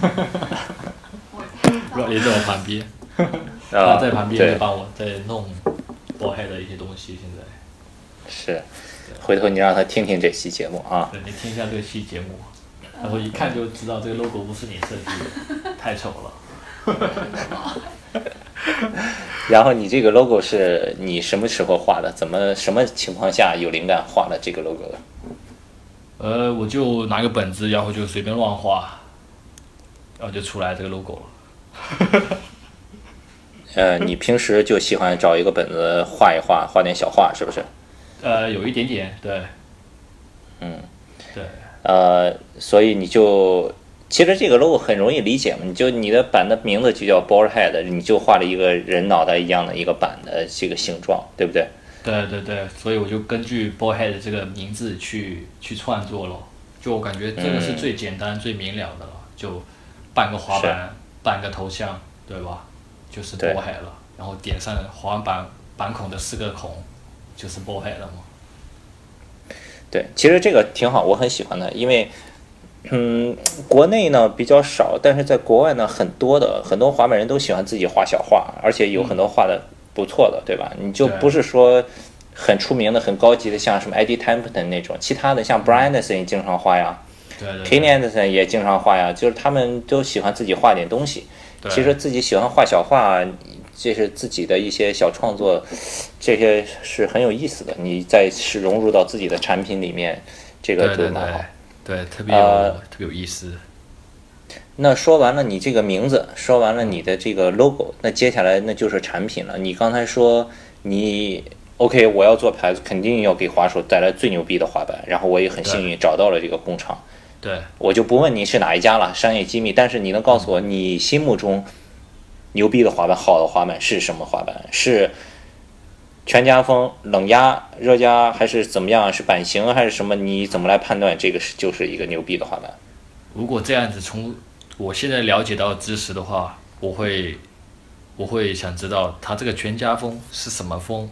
Speaker 2: 你在我旁边，
Speaker 1: 啊
Speaker 2: 他在旁边
Speaker 1: 对
Speaker 2: 在帮我在弄 boyhead 的一些东西。现在，
Speaker 1: 是，回头你让他听听这期节目啊。
Speaker 2: 对你听一下这期节目，然后一看就知道这个 logo 不是你设计的，太丑了。
Speaker 1: 然后你这个 logo 是你什么时候画的？怎么什么情况下有灵感画了这个 logo 的？
Speaker 2: 呃，我就拿个本子，然后就随便乱画，然后就出来这个 logo 了。
Speaker 1: 呃，你平时就喜欢找一个本子画一画，画点小画，是不是？
Speaker 2: 呃，有一点点，对，
Speaker 1: 嗯，
Speaker 2: 对，
Speaker 1: 呃，所以你就其实这个 logo 很容易理解嘛，你就你的版的名字就叫 ball head，你就画了一个人脑袋一样的一个版的这个形状，对不对？
Speaker 2: 对对对，所以我就根据 Boyhead 这个名字去去创作咯。就我感觉这个是最简单、最明了的了，就半个滑板，半个头像，对吧？就是
Speaker 1: 对
Speaker 2: Boyhead 了，然后点上滑板板孔的四个孔，就是 Boyhead 了嘛。
Speaker 1: 对，其实这个挺好，我很喜欢的，因为，嗯，国内呢比较少，但是在国外呢很多的，很多滑板人都喜欢自己画小画，而且有很多画的不错的，对吧？你就
Speaker 2: 对
Speaker 1: 不是说很出名的、很高级的，像什么 Eddie Templeton 那种，其他的像 Brian Anderson 也经常画呀
Speaker 2: 对嗯对
Speaker 1: k e
Speaker 2: 对
Speaker 1: n Anderson 也经常画呀，就是他们都喜欢自己画点东西。
Speaker 2: 对
Speaker 1: 其实自己喜欢画小画，这是自己的一些小创作，这些是很有意思的。你再是融入到自己的产品里面，这个
Speaker 2: 对
Speaker 1: 就
Speaker 2: 对
Speaker 1: 蛮好
Speaker 2: 对。对，特别有、
Speaker 1: 呃
Speaker 2: 特别有意思。
Speaker 1: 那说完了你这个名字，说完了你的这个 logo，那接下来那就是产品了。你刚才说你 OK，我要做牌子，肯定要给滑手带来最牛逼的滑板。然后我也很幸运找到了这个工厂，
Speaker 2: 对，
Speaker 1: 我就不问你是哪一家了，商业机密。但是你能告诉我，你心目中牛逼的滑板、好的滑板是什么滑板？是全家风、冷压、热压，还是怎么样？是版型还是什么？你怎么来判断这个是就是一个牛逼的滑板？
Speaker 2: 如果这样子从我现在了解到的知识的话，我会我会想知道它这个全家风是什么风，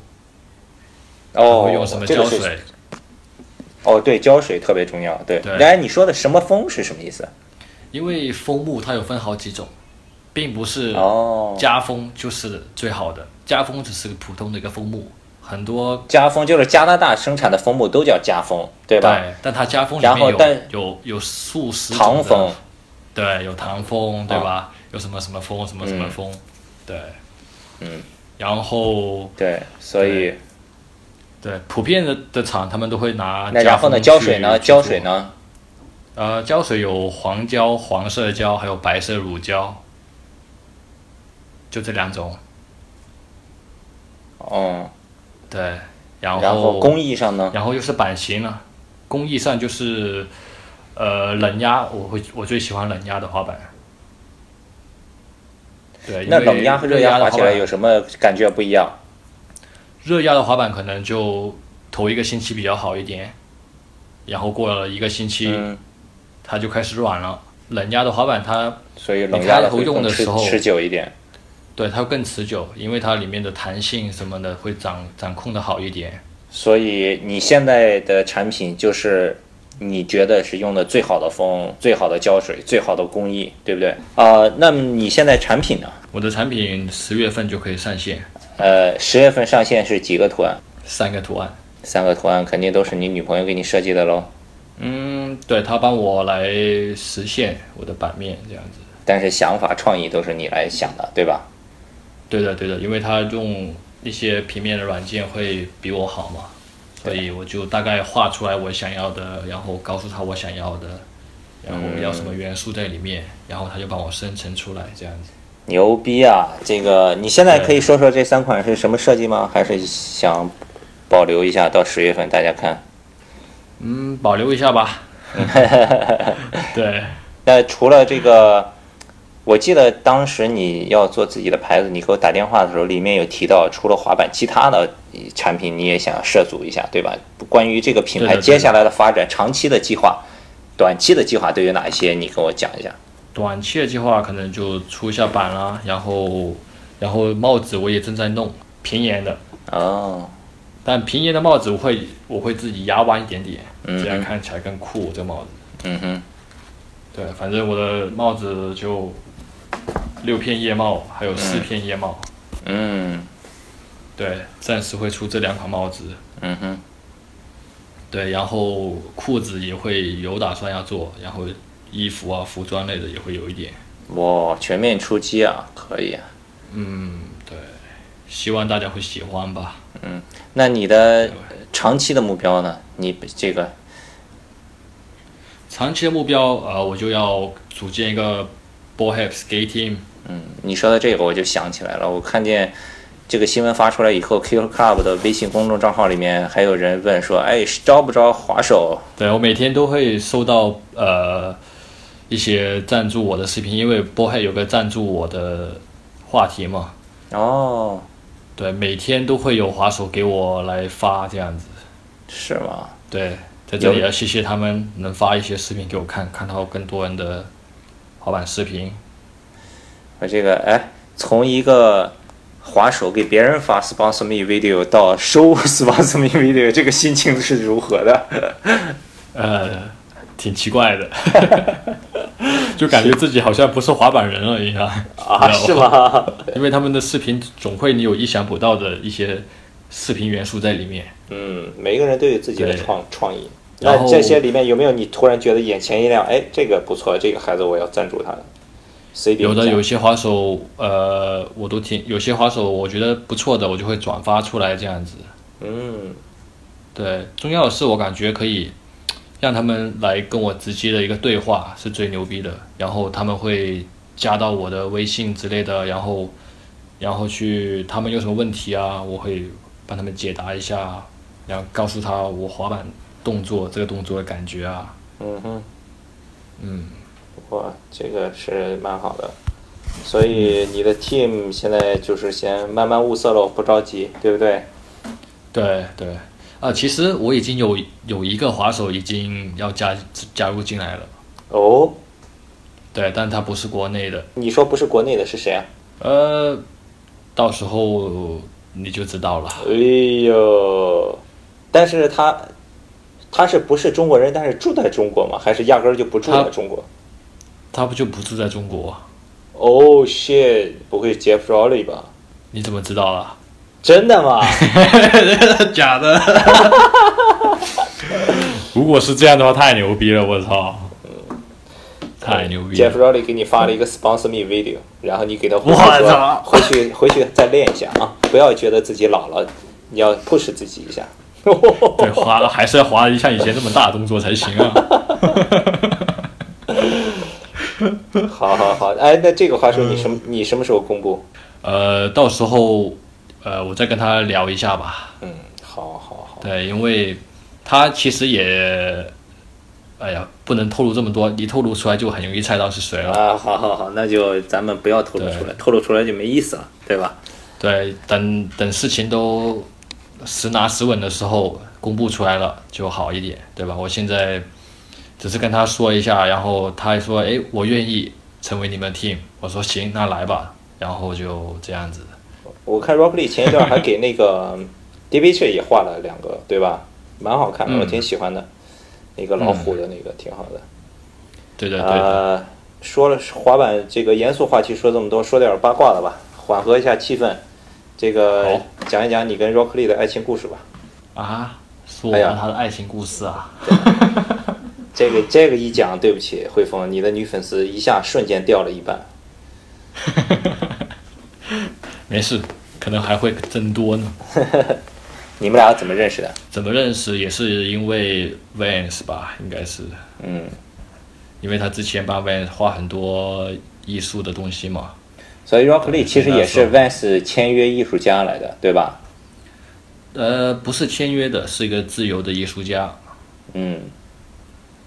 Speaker 2: 它
Speaker 1: 哦，
Speaker 2: 会用什么
Speaker 1: 这个
Speaker 2: 胶
Speaker 1: 是
Speaker 2: 水。
Speaker 1: 哦，对，浇水特别重要。对，
Speaker 2: 对
Speaker 1: 来，你说的什么风是什么意思？
Speaker 2: 因为枫木它有分好几种，并不是
Speaker 1: 哦，
Speaker 2: 家枫就是最好的，家枫只是个普通的一个枫木，很多
Speaker 1: 家风就是加拿大生产的枫木都叫家风，对吧？
Speaker 2: 对，但它家枫里
Speaker 1: 然后
Speaker 2: 面
Speaker 1: 但
Speaker 2: 有有有数十种
Speaker 1: 唐
Speaker 2: 的
Speaker 1: 风，哦
Speaker 2: 对，有唐风，对吧？有什么什么风，什么什么风，对，
Speaker 1: 嗯，
Speaker 2: 然后
Speaker 1: 对，所以
Speaker 2: 对普遍的的厂，他们都会拿
Speaker 1: 那然后呢，
Speaker 2: 家
Speaker 1: 浇
Speaker 2: 枫
Speaker 1: 水
Speaker 2: 去
Speaker 1: 呢？
Speaker 2: 去
Speaker 1: 浇
Speaker 2: 做
Speaker 1: 水呢？
Speaker 2: 呃，胶水有黄胶、黄色胶，还有白色乳胶，就这两种。
Speaker 1: 嗯，
Speaker 2: 对，然后
Speaker 1: 然后工艺上呢？
Speaker 2: 然后又是版型了、工艺上就是呃冷压，我会我最喜欢冷压的滑板。对，因
Speaker 1: 那
Speaker 2: 为
Speaker 1: 冷压和热
Speaker 2: 热压
Speaker 1: 压
Speaker 2: 的
Speaker 1: 滑
Speaker 2: 滑
Speaker 1: 起来
Speaker 2: 板
Speaker 1: 有什么感觉不一样？
Speaker 2: 热压的滑板可能就头一个星期比较好一点，然后过了一个星期、
Speaker 1: 嗯，
Speaker 2: 它就开始软了。冷压的滑板它
Speaker 1: 所以冷压的会
Speaker 2: 你开头用
Speaker 1: 更
Speaker 2: 的
Speaker 1: 持
Speaker 2: 时候
Speaker 1: 持久一点。
Speaker 2: 对它会更持久，因为它里面的弹性什么的会掌掌控的好一点。
Speaker 1: 所以你现在的产品就是你觉得是用的最好的风、最好的胶水、最好的工艺，对不对？啊、那么你现在产品呢？
Speaker 2: 我的产品十月份就可以上线，
Speaker 1: 呃，十月份上线是几个图案？
Speaker 2: 三个图案。
Speaker 1: 三个图案肯定都是你女朋友给你设计的喽。
Speaker 2: 嗯，对他帮我来实现我的版面这样子。
Speaker 1: 但是想法创意都是你来想的，对吧？
Speaker 2: 对的，对的，因为他用一些平面的软件会比我好嘛，所以我就大概画出来我想要的，然后告诉他我想要的，然后要什么元素在里面，然后他就帮我生成出来这样子。
Speaker 1: 牛逼啊！这个你现在
Speaker 2: 对
Speaker 1: 可以说说这三款是什么设计吗？还是想保留一下到十月份大家看？
Speaker 2: 嗯，保留一下吧。 <laughs> 对，
Speaker 1: 那除了这个，我记得当时你要做自己的牌子，你给我打电话的时候，里面有提到除了滑板，其他的产品你也想涉足一下，对吧？关于这个品
Speaker 2: 对
Speaker 1: 牌
Speaker 2: 的对的
Speaker 1: 接下来的发展，长期的计划、短期的计划都有哪一些？你跟我讲一下。
Speaker 2: 短期的计划可能就出一下版啦，然后，然后帽子我也正在弄平沿的，
Speaker 1: 哦，
Speaker 2: 但平沿的帽子我会我会自己压弯一点点，
Speaker 1: 嗯
Speaker 2: 这样看起来更酷。这个帽子，
Speaker 1: 嗯哼，
Speaker 2: 对，反正我的帽子就六片叶帽，还有四片叶帽，
Speaker 1: 嗯
Speaker 2: 对，暂时会出这两款帽子。
Speaker 1: 嗯哼，
Speaker 2: 对，然后裤子也会有打算要做，然后衣服啊、服装类的也会有一点。
Speaker 1: 哇，全面出击啊，可以啊。
Speaker 2: 嗯，对，希望大家会喜欢吧。
Speaker 1: 那你的长期的目标呢？你这个
Speaker 2: 长期的目标，呃，我就要组建一个 ball head skate team。
Speaker 1: 你说到这个，我就想起来了，我看见这个新闻发出来以后，QQ Club 的微信公众账号里面还有人问说：“哎，招不招滑手
Speaker 2: 对我每天都会收到呃一些赞助我的视频，因为波海有个赞助我的话题嘛，？”
Speaker 1: 哦，
Speaker 2: 对，每天都会有滑手给我来发这样子，
Speaker 1: 是吗？
Speaker 2: 对，在这里
Speaker 1: 有
Speaker 2: 要谢谢他们能发一些视频给我看，看到更多人的滑板视频，
Speaker 1: 我这个哎，从一个滑手给别人发 sponsor me video 到收 <laughs> sponsor me video，这个心情是如何的？
Speaker 2: 呃，挺奇怪的， <laughs> 就感觉自己好像不是滑板人了一样
Speaker 1: 啊，是？吗？
Speaker 2: 因为他们的视频总会你有意想不到的一些视频元素在里面。
Speaker 1: 嗯，每个人都有自己的
Speaker 2: 对
Speaker 1: 创创意。
Speaker 2: 然
Speaker 1: 那
Speaker 2: 后
Speaker 1: 这些里面有没有你突然觉得眼前一亮？哎，这个不错，这个孩子我要赞助他的。 C 点
Speaker 2: 有
Speaker 1: 一
Speaker 2: 的
Speaker 1: 下
Speaker 2: 有一些滑手，呃，我都挺有些滑手，我觉得不错的，我就会转发出来这样子。
Speaker 1: 嗯，
Speaker 2: 对，重要的是我感觉可以让他们来跟我直接的一个对话是最牛逼的，然后他们会加到我的微信之类的，然后然后去他们有什么问题啊，我会帮他们解答一下，然后告诉他我滑板动作这个动作的感觉啊，
Speaker 1: 嗯哼，
Speaker 2: 嗯，
Speaker 1: 哇，这个是蛮好的。所
Speaker 2: 嗯
Speaker 1: 以你的 team 现在就是先慢慢物色喽，不着急，对不对？
Speaker 2: 对对，啊、其实我已经有有一个滑手已经要加加入进来了，
Speaker 1: 哦，
Speaker 2: 对，但他不是国内的，
Speaker 1: 你说不是国内的是谁啊？
Speaker 2: 呃，到时候你就知道了。
Speaker 1: 哎呦，但是他他是不是中国人？但是住在中国吗？还是压根儿就不住在
Speaker 2: 他
Speaker 1: 中国
Speaker 2: 他不就不住在中国？
Speaker 1: ？Oh shit，不会 Jeff Rowley 吧？
Speaker 2: 你怎么知道啊？ <laughs>
Speaker 1: 真的吗？
Speaker 2: 假的。如果是这样的话，太牛逼了！我操，太牛逼
Speaker 1: Jeff
Speaker 2: 了！
Speaker 1: Rowley 给你发了一个 sponsor me video，然后你给他回
Speaker 2: 我
Speaker 1: 复说
Speaker 2: 操
Speaker 1: 回去回去再练一下啊，不要觉得自己老了，你要 push 自己一下。
Speaker 2: 对，滑了还是要滑一像以前这么大的动作才行啊！
Speaker 1: 好好好，哎，那这个话说你什么你什么时候公布？
Speaker 2: 呃，到时候呃，我再跟他聊一下吧。
Speaker 1: 嗯，好好好，
Speaker 2: 对，因为他其实也，哎呀，不能透露这么多，一透露出来就很容易猜到是谁了。
Speaker 1: 啊，好好好，那就咱们不要透露出来，透露出来就没意思了，对吧？
Speaker 2: 对，等等事情都实拿实稳的时候公布出来了就好一点，对吧？我现在只是跟他说一下，然后他还说：“诶，我愿意成为你们 team。”我说：“行，那来吧。”然后就这样子。
Speaker 1: 我看 Rock Lee 前一段还给那个 d v c 也画了两个，对吧？蛮好看的，
Speaker 2: 嗯
Speaker 1: 我挺喜欢的，那个老虎的那个挺好的。
Speaker 2: 对对对的，
Speaker 1: 呃，说了滑板这个严肃话题说这么多，说点儿八卦的吧，缓和一下气氛。这个
Speaker 2: 好
Speaker 1: 讲一讲你跟 Rock Lee 的爱情故事吧。
Speaker 2: 啊，说
Speaker 1: 哎呀
Speaker 2: 完他的爱情故事啊，
Speaker 1: 这个这个一讲，对不起，汇丰，你的女粉丝一下瞬间掉了一半。
Speaker 2: 没事，可能还会增多呢。
Speaker 1: 你们俩怎么认识的？
Speaker 2: 怎么认识也是因为 Vans 吧，应该是
Speaker 1: 嗯，
Speaker 2: 因为他之前帮 Vans 画很多艺术的东西嘛。
Speaker 1: 所以 Rock Lee 其实也是
Speaker 2: 那
Speaker 1: Vans 签约艺术家来的，对吧？
Speaker 2: 呃，不是签约的，是一个自由的艺术家。
Speaker 1: 嗯，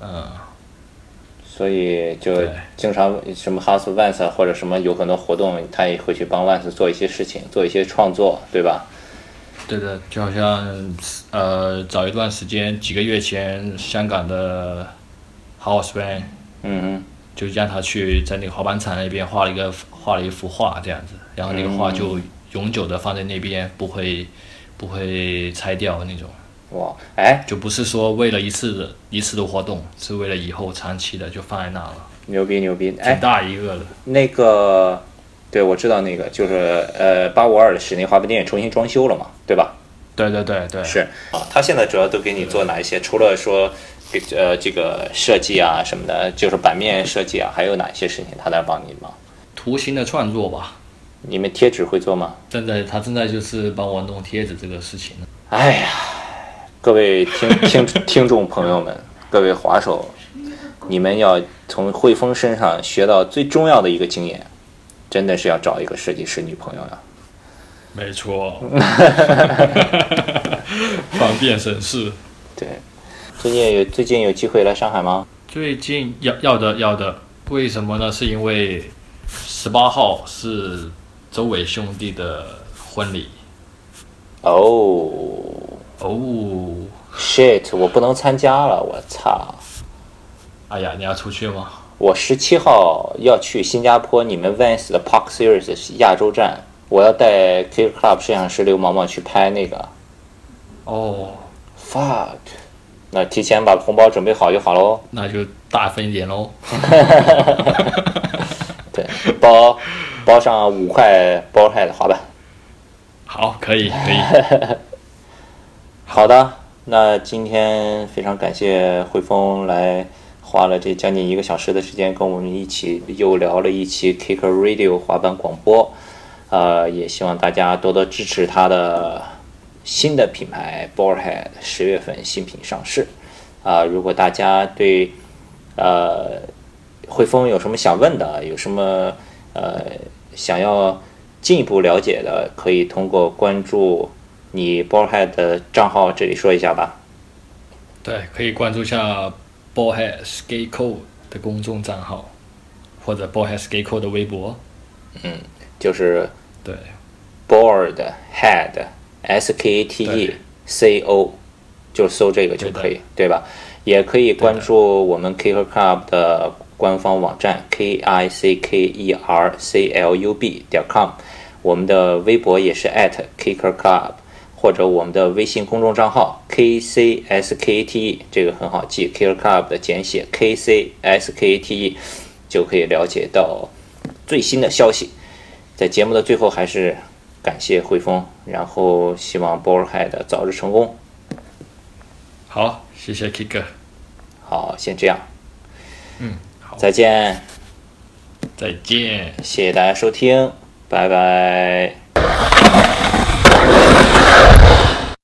Speaker 2: 嗯，
Speaker 1: 所以就
Speaker 2: 对
Speaker 1: 经常什么 House Vans 啊或者什么有很多活动，他也会去帮 Vans 做一些事情，做一些创作，对吧？
Speaker 2: 对的，就好像呃，早一段时间，几个月前，香港的 House Van
Speaker 1: 嗯哼。
Speaker 2: 就让他去在那个滑板场那边画了一个画了一幅画这样子，然后那个画就永久的放在那边，不会不会拆掉那种，
Speaker 1: 哇，哎，
Speaker 2: 就不是说为了一次的一次的活动，是为了以后长期的就放在那了，
Speaker 1: 牛逼牛逼！哎
Speaker 2: 挺，大一个的。
Speaker 1: 那个，对我知道那个，就是呃，八五二的室内滑板店重新装修了嘛，对吧？
Speaker 2: 对对对对，
Speaker 1: 是啊，他现在主要都给你做哪一些？除了说给呃这个设计啊什么的，就是版面设计啊，还有哪些事情他在帮你忙？
Speaker 2: 图形的创作吧。
Speaker 1: 你们贴纸会做吗？
Speaker 2: 正在他正在就是帮我弄贴纸这个事情呢。
Speaker 1: 哎呀，各位听听听众朋友们，各位滑手，你们要从汇丰身上学到最重要的一个经验，真的是要找一个设计师女朋友呀、
Speaker 2: 没错， <laughs> 方便省事。
Speaker 1: 对，最近有最近有机会来上海吗？
Speaker 2: 最近要要的要的，为什么呢？是因为十八号是周伟兄弟的婚礼
Speaker 1: 哦、
Speaker 2: 哦。
Speaker 1: s h i t 我不能参加了，我操！
Speaker 2: 哎呀，你要出去吗？
Speaker 1: 我十七号要去新加坡你们 Vans 的 Park Series 亚洲站，我要带 K Club 摄像师刘毛毛去拍那个
Speaker 2: 哦，
Speaker 1: fuck。那提前把红包准备好就好喽。
Speaker 2: 那就大分一点喽。
Speaker 1: 对，包包上五块包海的滑板。
Speaker 2: 好，可以可以，
Speaker 1: 好的，那今天非常感谢汇丰来花了这将近一个小时的时间，跟我们一起又聊了一期 Kicker Radio 滑板广播。呃，也希望大家多多支持他的新的品牌 Boardhead，十月份新品上市。啊、如果大家对呃汇丰有什么想问的，有什么呃想要进一步了解的，可以通过关注你 Boardhead 的账号，这里说一下吧。
Speaker 2: 对，可以关注一下 Ballhead Skate Code 的公众账号，或者 Ballhead Skate Code 的微博。
Speaker 1: 就是
Speaker 2: 对
Speaker 1: board head s k a t e
Speaker 2: 对
Speaker 1: c o，就搜这个就可以，
Speaker 2: 对
Speaker 1: 对吧？也可以关注我们 Kicker Club 的官方网站 k i c k e r c l u b 点 com，我们的微博也是 at Kicker Club，或者我们的微信公众账号 k c s k a t e，这个很好记，Kicker Club 的简写 k c s k a t e，就可以了解到最新的消息。在节目的最后，还是感谢汇丰，然后希望 Boardhead 早日成功。
Speaker 2: 好，谢谢 Kicker。
Speaker 1: 好，先这样，
Speaker 2: 嗯，好，
Speaker 1: 再见，
Speaker 2: 再见。
Speaker 1: 谢谢大家收听，拜拜。